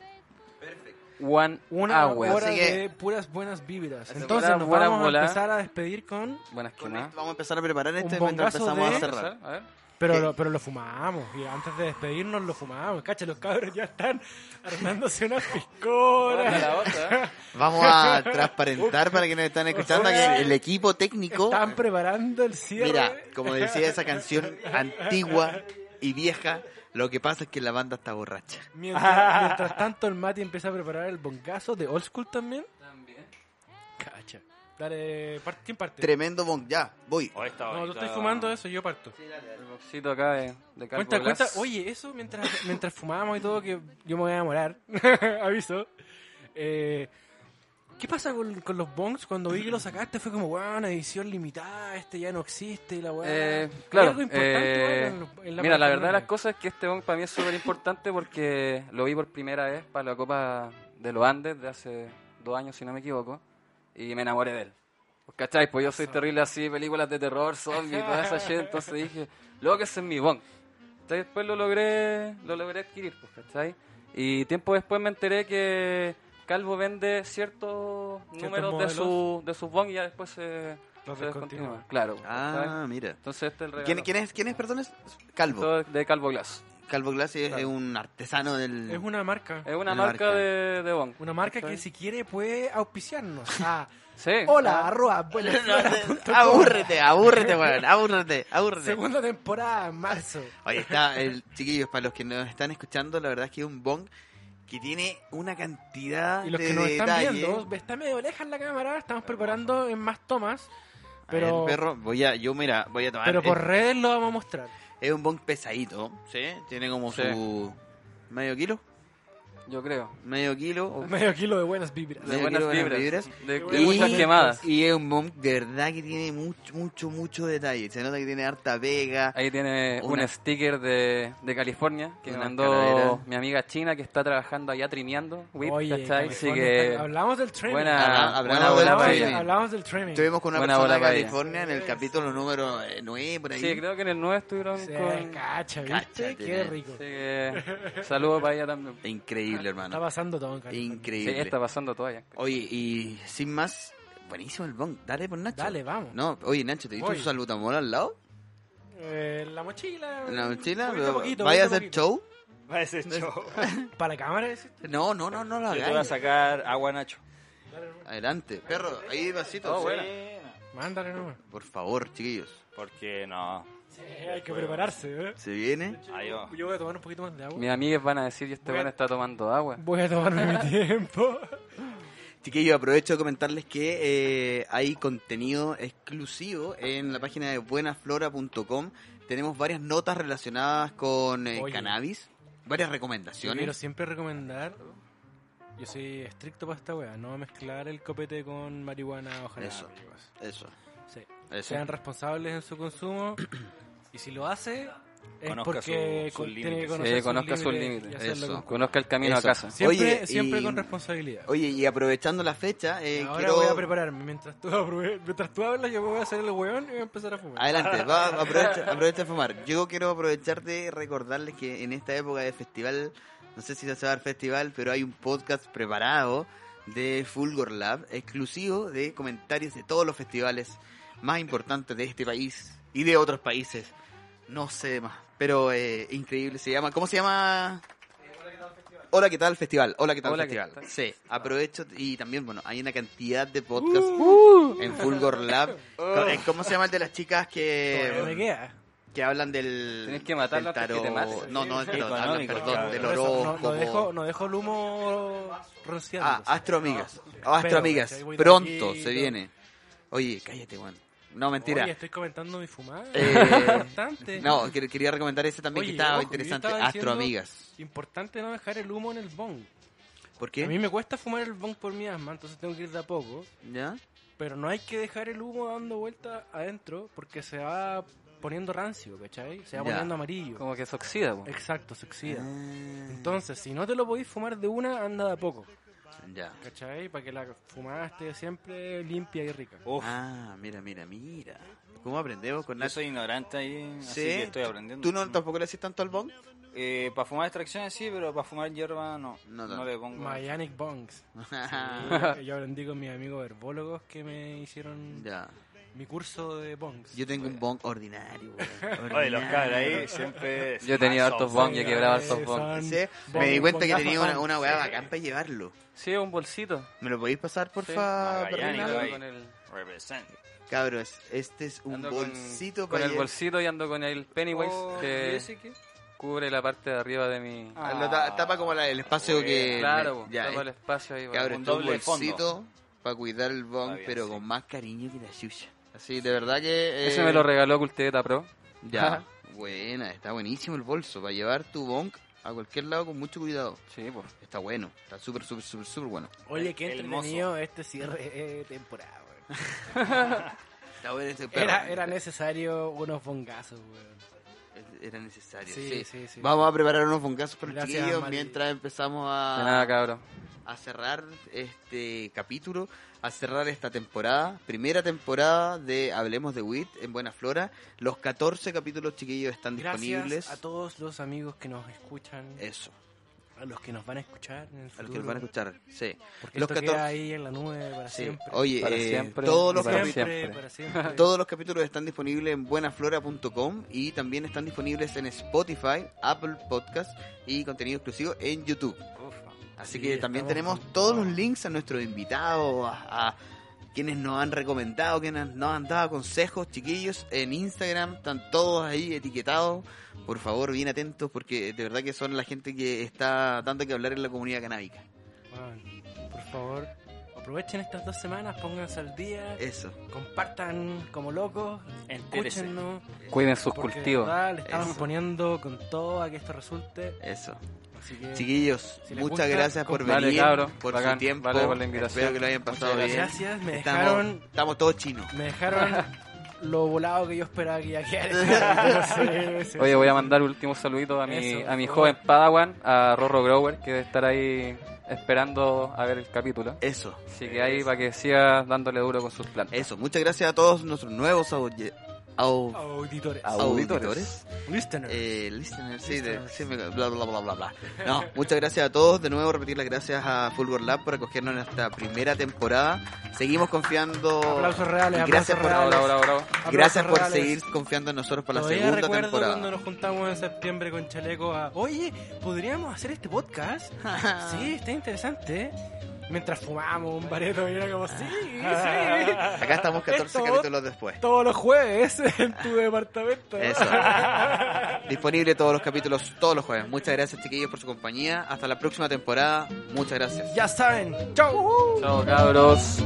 One Una hour. hora Así que- de puras buenas vibras. Así que Entonces buenas, nos buenas vamos a bolas. empezar a despedir con... Buenas Con quemadas. esto vamos a empezar a preparar este Un mientras bongazo empezamos de- a cerrar. A ver. Pero Sí. lo, pero lo fumamos. Y antes de despedirnos lo fumamos. Cacha, los cabros ya están armándose unas Otra, piscolas. la otra. Vamos a transparentar para quienes están escuchando que el equipo técnico... Están preparando el cierre. Mira, como decía esa canción antigua y vieja, lo que pasa es que la banda está borracha. Mientras, mientras tanto el Mati empieza a preparar el bongazo de Old School también. También. Cacha. Dale, par- ¿quién parte? Tremendo bon... Ya, voy. Oh, está No, yo estoy bonito. fumando eso, yo parto. El boxito acá de, de Calvo Cuenta, cuenta, Glass. oye, eso mientras, mientras fumábamos y todo, que yo me voy a enamorar, aviso. Eh, ¿Qué pasa con, con los bongs? Cuando vi que lo sacaste fue como, weón, edición limitada, este ya no existe y la weá. Eh, ¿Hay claro. algo importante, eh, weón, en los- en mira, la verdad de plataforma? las cosas es que este bong para mí es súper importante porque lo vi por primera vez para la Copa de los Andes de hace dos años, si no me equivoco, y me enamoré de él. Pues, ¿Cachai? Pues yo soy terrible así, películas de terror, zombies, toda esa shit, entonces dije, lo que es en mi bong. Entonces, después lo logré, lo logré adquirir, pues, ¿cachai? Y tiempo después me enteré que Calvo vende ciertos, números de, modelos. su, de sus bong y ya después se, Los descontinúa. se descontinúa. Claro. ¿cachai? Ah, mira. Entonces este es el regalo. ¿Quién, quién es? ¿Quién es, perdón? es? Calvo. Esto es de Calvo Glass. Calvo Glass es, Claro. es un artesano del... Es una marca. Es una Una marca, marca. de, de Bong. Una marca que ¿Cachai? si quiere puede auspiciarnos. Ah, Sí. hola, Ah, arroba, No, buena flora punto no, com. abúrrete, abúrrete, weón, abúrrete, abúrrete. Segunda temporada en marzo. Oye, está el chiquillos, para los que nos están escuchando, la verdad es que es un bong que tiene una cantidad Y los de que nos están detalles. viendo, está medio lejos la cámara, estamos preparando en más tomas, A ver, pero, perro, voy a, yo mira, voy a tomar. pero es- por redes lo vamos a mostrar. Es un bong pesadito, ¿sí? Tiene como Sí. su medio kilo, Yo creo. medio kilo. o- Medio kilo de buenas vibras. De Yo buenas creo buenas vibras. vibras. De, Oh, de Y- muchas quemadas. Y es un bong de verdad que tiene mucho, mucho, mucho detalle. Se nota que tiene harta pega. Ahí tiene Una- un sticker de, de California que me Una mandó calavera. mi amiga china que está trabajando allá trimeando. Whip, Oye, ¿cachai? California Así que. está- hablamos del training. Buena, Habla- hablamos buena del bola para hablamos, training. ella. hablamos del training. Estuvimos con una Buena persona bola de para ella. California en el capítulo número 9, por ahí. Sí, creo que en el 9 estuvieron Sí, con. cacha, ¿viste? Cacha, Qué tiene- rico. Así que. Saludos para ella también. Increíble, hermano. Está pasando todo en California. Sí, Increíble. está pasando todo allá. Oye, y sin más, buenísimo el bong. Dale por Nacho. Dale, vamos. No, oye, Nacho, ¿te diste Voy. un salutamola al lado? Eh, la mochila. ¿En la mochila? poquito a poquito, ¿Vaya a poquito a hacer poquito. show? Va a ser show. ¿Para la cámara? decís tú? No, no, no, no lo Yo te voy a hagas. sacar agua, Nacho. Adelante. Perro, ahí vasito. Oh, sí. buena. Mándale nomás. Por favor, chiquillos. Porque no. Sí, hay que prepararse, ¿eh? Se viene. Adiós. Yo voy a tomar un poquito más de agua. Mis amigas van a decir: "Y Este Voy a- bueno está tomando agua. Voy a tomarme mi tiempo. Chiquillos, aprovecho de comentarles que eh, hay contenido exclusivo en la página de buenaflora.com. Tenemos varias notas relacionadas con eh, Oye. cannabis, varias Yo quiero recomendaciones. siempre recomendar. Yo soy estricto para esta wea, no mezclar el copete con marihuana, ojalá. Eso. amigos. Eso, Sí. eso. Sean responsables en su consumo. Y si lo hace, es Conozca porque su- sus con- tiene que límites. conocer Sí, conozca sus y límites, hacerlo eso. con cu- Conozca el camino Eso. a casa. Sí. Siempre, Oye, siempre y- con responsabilidad. Oye, y aprovechando la fecha, eh, Ahora quiero... voy a prepararme. Mientras tú, aprue- mientras tú hablas, yo me voy a hacer el weón y voy a empezar a fumar. Adelante, va, aprovecha, aprovecha de fumar. Yo quiero aprovechar de recordarles que en esta época de festival, no sé si se va a dar festival, pero hay un podcast preparado de Fulgor Lab, exclusivo de comentarios de todos los festivales más importantes de este país y de otros países. No sé más, pero eh, increíble. Se llama, ¿cómo se llama? Hola, ¿qué tal festival? Hola, ¿qué tal Hola, ¡Uh! ¿qué festival? tal? Sí, aprovecho y también, bueno, hay una cantidad de podcasts en Fulgor Lab. Oh. Co- eh, ¿Cómo se llama el de las chicas Todavía me que, queda. que hablan del. Tenés que matarlo del antes que te tarot? mate. No, no, del tarot, hablan, Económico, perdón, cabrón. del Por eso, no, horóscopo. no dejo, no dejo el humo rociando. Ah, astroamigas. Pero, Ah, astroamigas. ¿cachai? Voy Pronto tranquilo. se viene. Oye, cállate, Juan. No, mentira. Oye, este- estoy comentando mi fumada. Eh, importante. No, quer- quería recomendar ese también Oye, que estaba ojo, yo interesante. estaba diciendo- Astroamigas. Importante no dejar el humo en el bong. ¿Por A mí qué? me cuesta fumar el bong por mi asma, entonces tengo que ir de a poco. ¿Ya? Pero no hay que dejar el humo dando vuelta adentro porque se va poniendo rancio, ¿cachai? Se va Ya. poniendo amarillo. Como que se oxida, po. Exacto, se oxida. Ah, Entonces, si no te lo podéis fumar de una, anda de a poco, Ya. ¿cachai? Para que la fumada esté siempre limpia y rica. Uf, Ah, mira, mira, mira. ¿Cómo aprendemos con yo Nacho? soy ignorante ahí, así Sí. que estoy aprendiendo. ¿Tú no, tampoco le haces tanto al bong? Eh, para fumar extracciones sí, pero para fumar hierba no. No, No, no. le pongo. Mayanic bongs. Yo- Yo aprendí con mis amigos herbólogos que me hicieron ya. mi curso de bongs. Yo tengo un bong ordinario, weón. Oye, los cabros Ordinario. ahí siempre. Yo he tenido son- hartos son- bong y he quebrado hartos Eh, bong. son- Sí, Bong, me di cuenta que bongazo, tenía una, bong. una weá bacán para llevarlo. Sí, un bolsito. ¿Me lo podéis pasar, porfa? Sí. Magallanes, Bernardo? ahí. Con el- Represent. Cabros, este es un ando con- bolsito con, para el llevar- bolsito y ando con el Pennywise Oh, ¿y que ese qué? cubre la parte de arriba de mi Ah, Ah, lo ta- tapa como la- el espacio Buena. que... claro, po, ya, tapa eh, el espacio ahí cabros, un este es un doble fondo. bolsito para cuidar el bong, Está bien, pero sí. con más cariño que la suya. Así, de verdad que... eh, Ese me lo regaló Culteta Pro. Ya, buena, está buenísimo el bolso para llevar tu bong a cualquier lado con mucho cuidado. Sí, pues. Está bueno, está súper, súper, súper, súper bueno. Oye, qué El mozo. entretenido este cierre de temporada, weón. Está bueno este perro. Era, era necesario unos bongazos, weón. Era necesario, Sí, sí. sí, sí. Vamos a preparar unos bongazos por el Gracias, chiquillos Mari. mientras empezamos De nada, a, cabrón. a cerrar este capítulo, a cerrar esta temporada, primera temporada de Hablemos de WIT en Buena Flora. Los 14 capítulos chiquillos están Gracias disponibles. a todos los amigos que nos escuchan. Eso. a los que nos van a escuchar en el a futuro. los que nos van a escuchar. Sí. Porque Los esto 14. queda ahí en la nube para Sí. siempre. Oye, Para eh, siempre todos y los para capítulos. siempre, siempre. para siempre. Todos los capítulos están disponibles en buenaflora.com y también están disponibles en Spotify, Apple Podcast y contenido exclusivo en YouTube. Ufa. Así Sí, que también estamos tenemos con todos todo. los links a nuestros invitados, a, a quienes nos han recomendado, quienes nos han dado consejos, chiquillos, en Instagram, están todos ahí etiquetados. Por favor, bien atentos porque de verdad que son la gente que está dando que hablar en la comunidad canábica. Weón, por favor, aprovechen estas dos semanas, pónganse al día, Eso. compartan como locos, Entérese. escúchennos. Cuiden sus porque de cultivos. verdad le estamos Eso. poniendo con todo a que esto resulte. Eso. Así que Chiquillos, Si les muchas gusta, gracias por Vale, venir, cabros, por bacán, su tiempo. vale por la invitación. Espero que lo hayan pasado Muchas bien. gracias, me Estamos, dejaron, estamos todos chinos. me dejaron lo volado que yo esperaba que ya quedara. Sí, sí, Oye, sí, voy a sí. mandar último saludito a mi, Eso, por a mi favor. joven Padawan, a Rorro Grower, que debe estar ahí esperando a ver el capítulo. Eso. Así que ahí para que siga dándole duro con sus plantas. Eso, muchas gracias a todos nuestros nuevos auye- au- auditores, auditores. listeners. Eh, listeners, sí, de- Listeners. sí, me- bla, bla, bla, bla, bla. No, muchas gracias a todos. De nuevo, repetir las gracias a Fulgor Lab por acogernos en esta primera temporada. Seguimos confiando. Aplausos reales, aplausos Gracias por- Bravo, reales. bravo, bravo, bravo. Aplausos Gracias por reales. seguir confiando en nosotros para la Todavía segunda recuerdo temporada. cuando nos juntamos en septiembre con Chaleco a, oye, ¿podríamos hacer este podcast? sí, está interesante. Mientras fumábamos un bareto y era como, sí, sí. Acá estamos 14 Esto- capítulos después. Todos los jueves en tu departamento. Eso. Disponible todos los capítulos, todos los jueves. Muchas gracias, chiquillos, por su compañía. Hasta la próxima temporada. Muchas gracias. Ya saben, chau. Chao, cabros.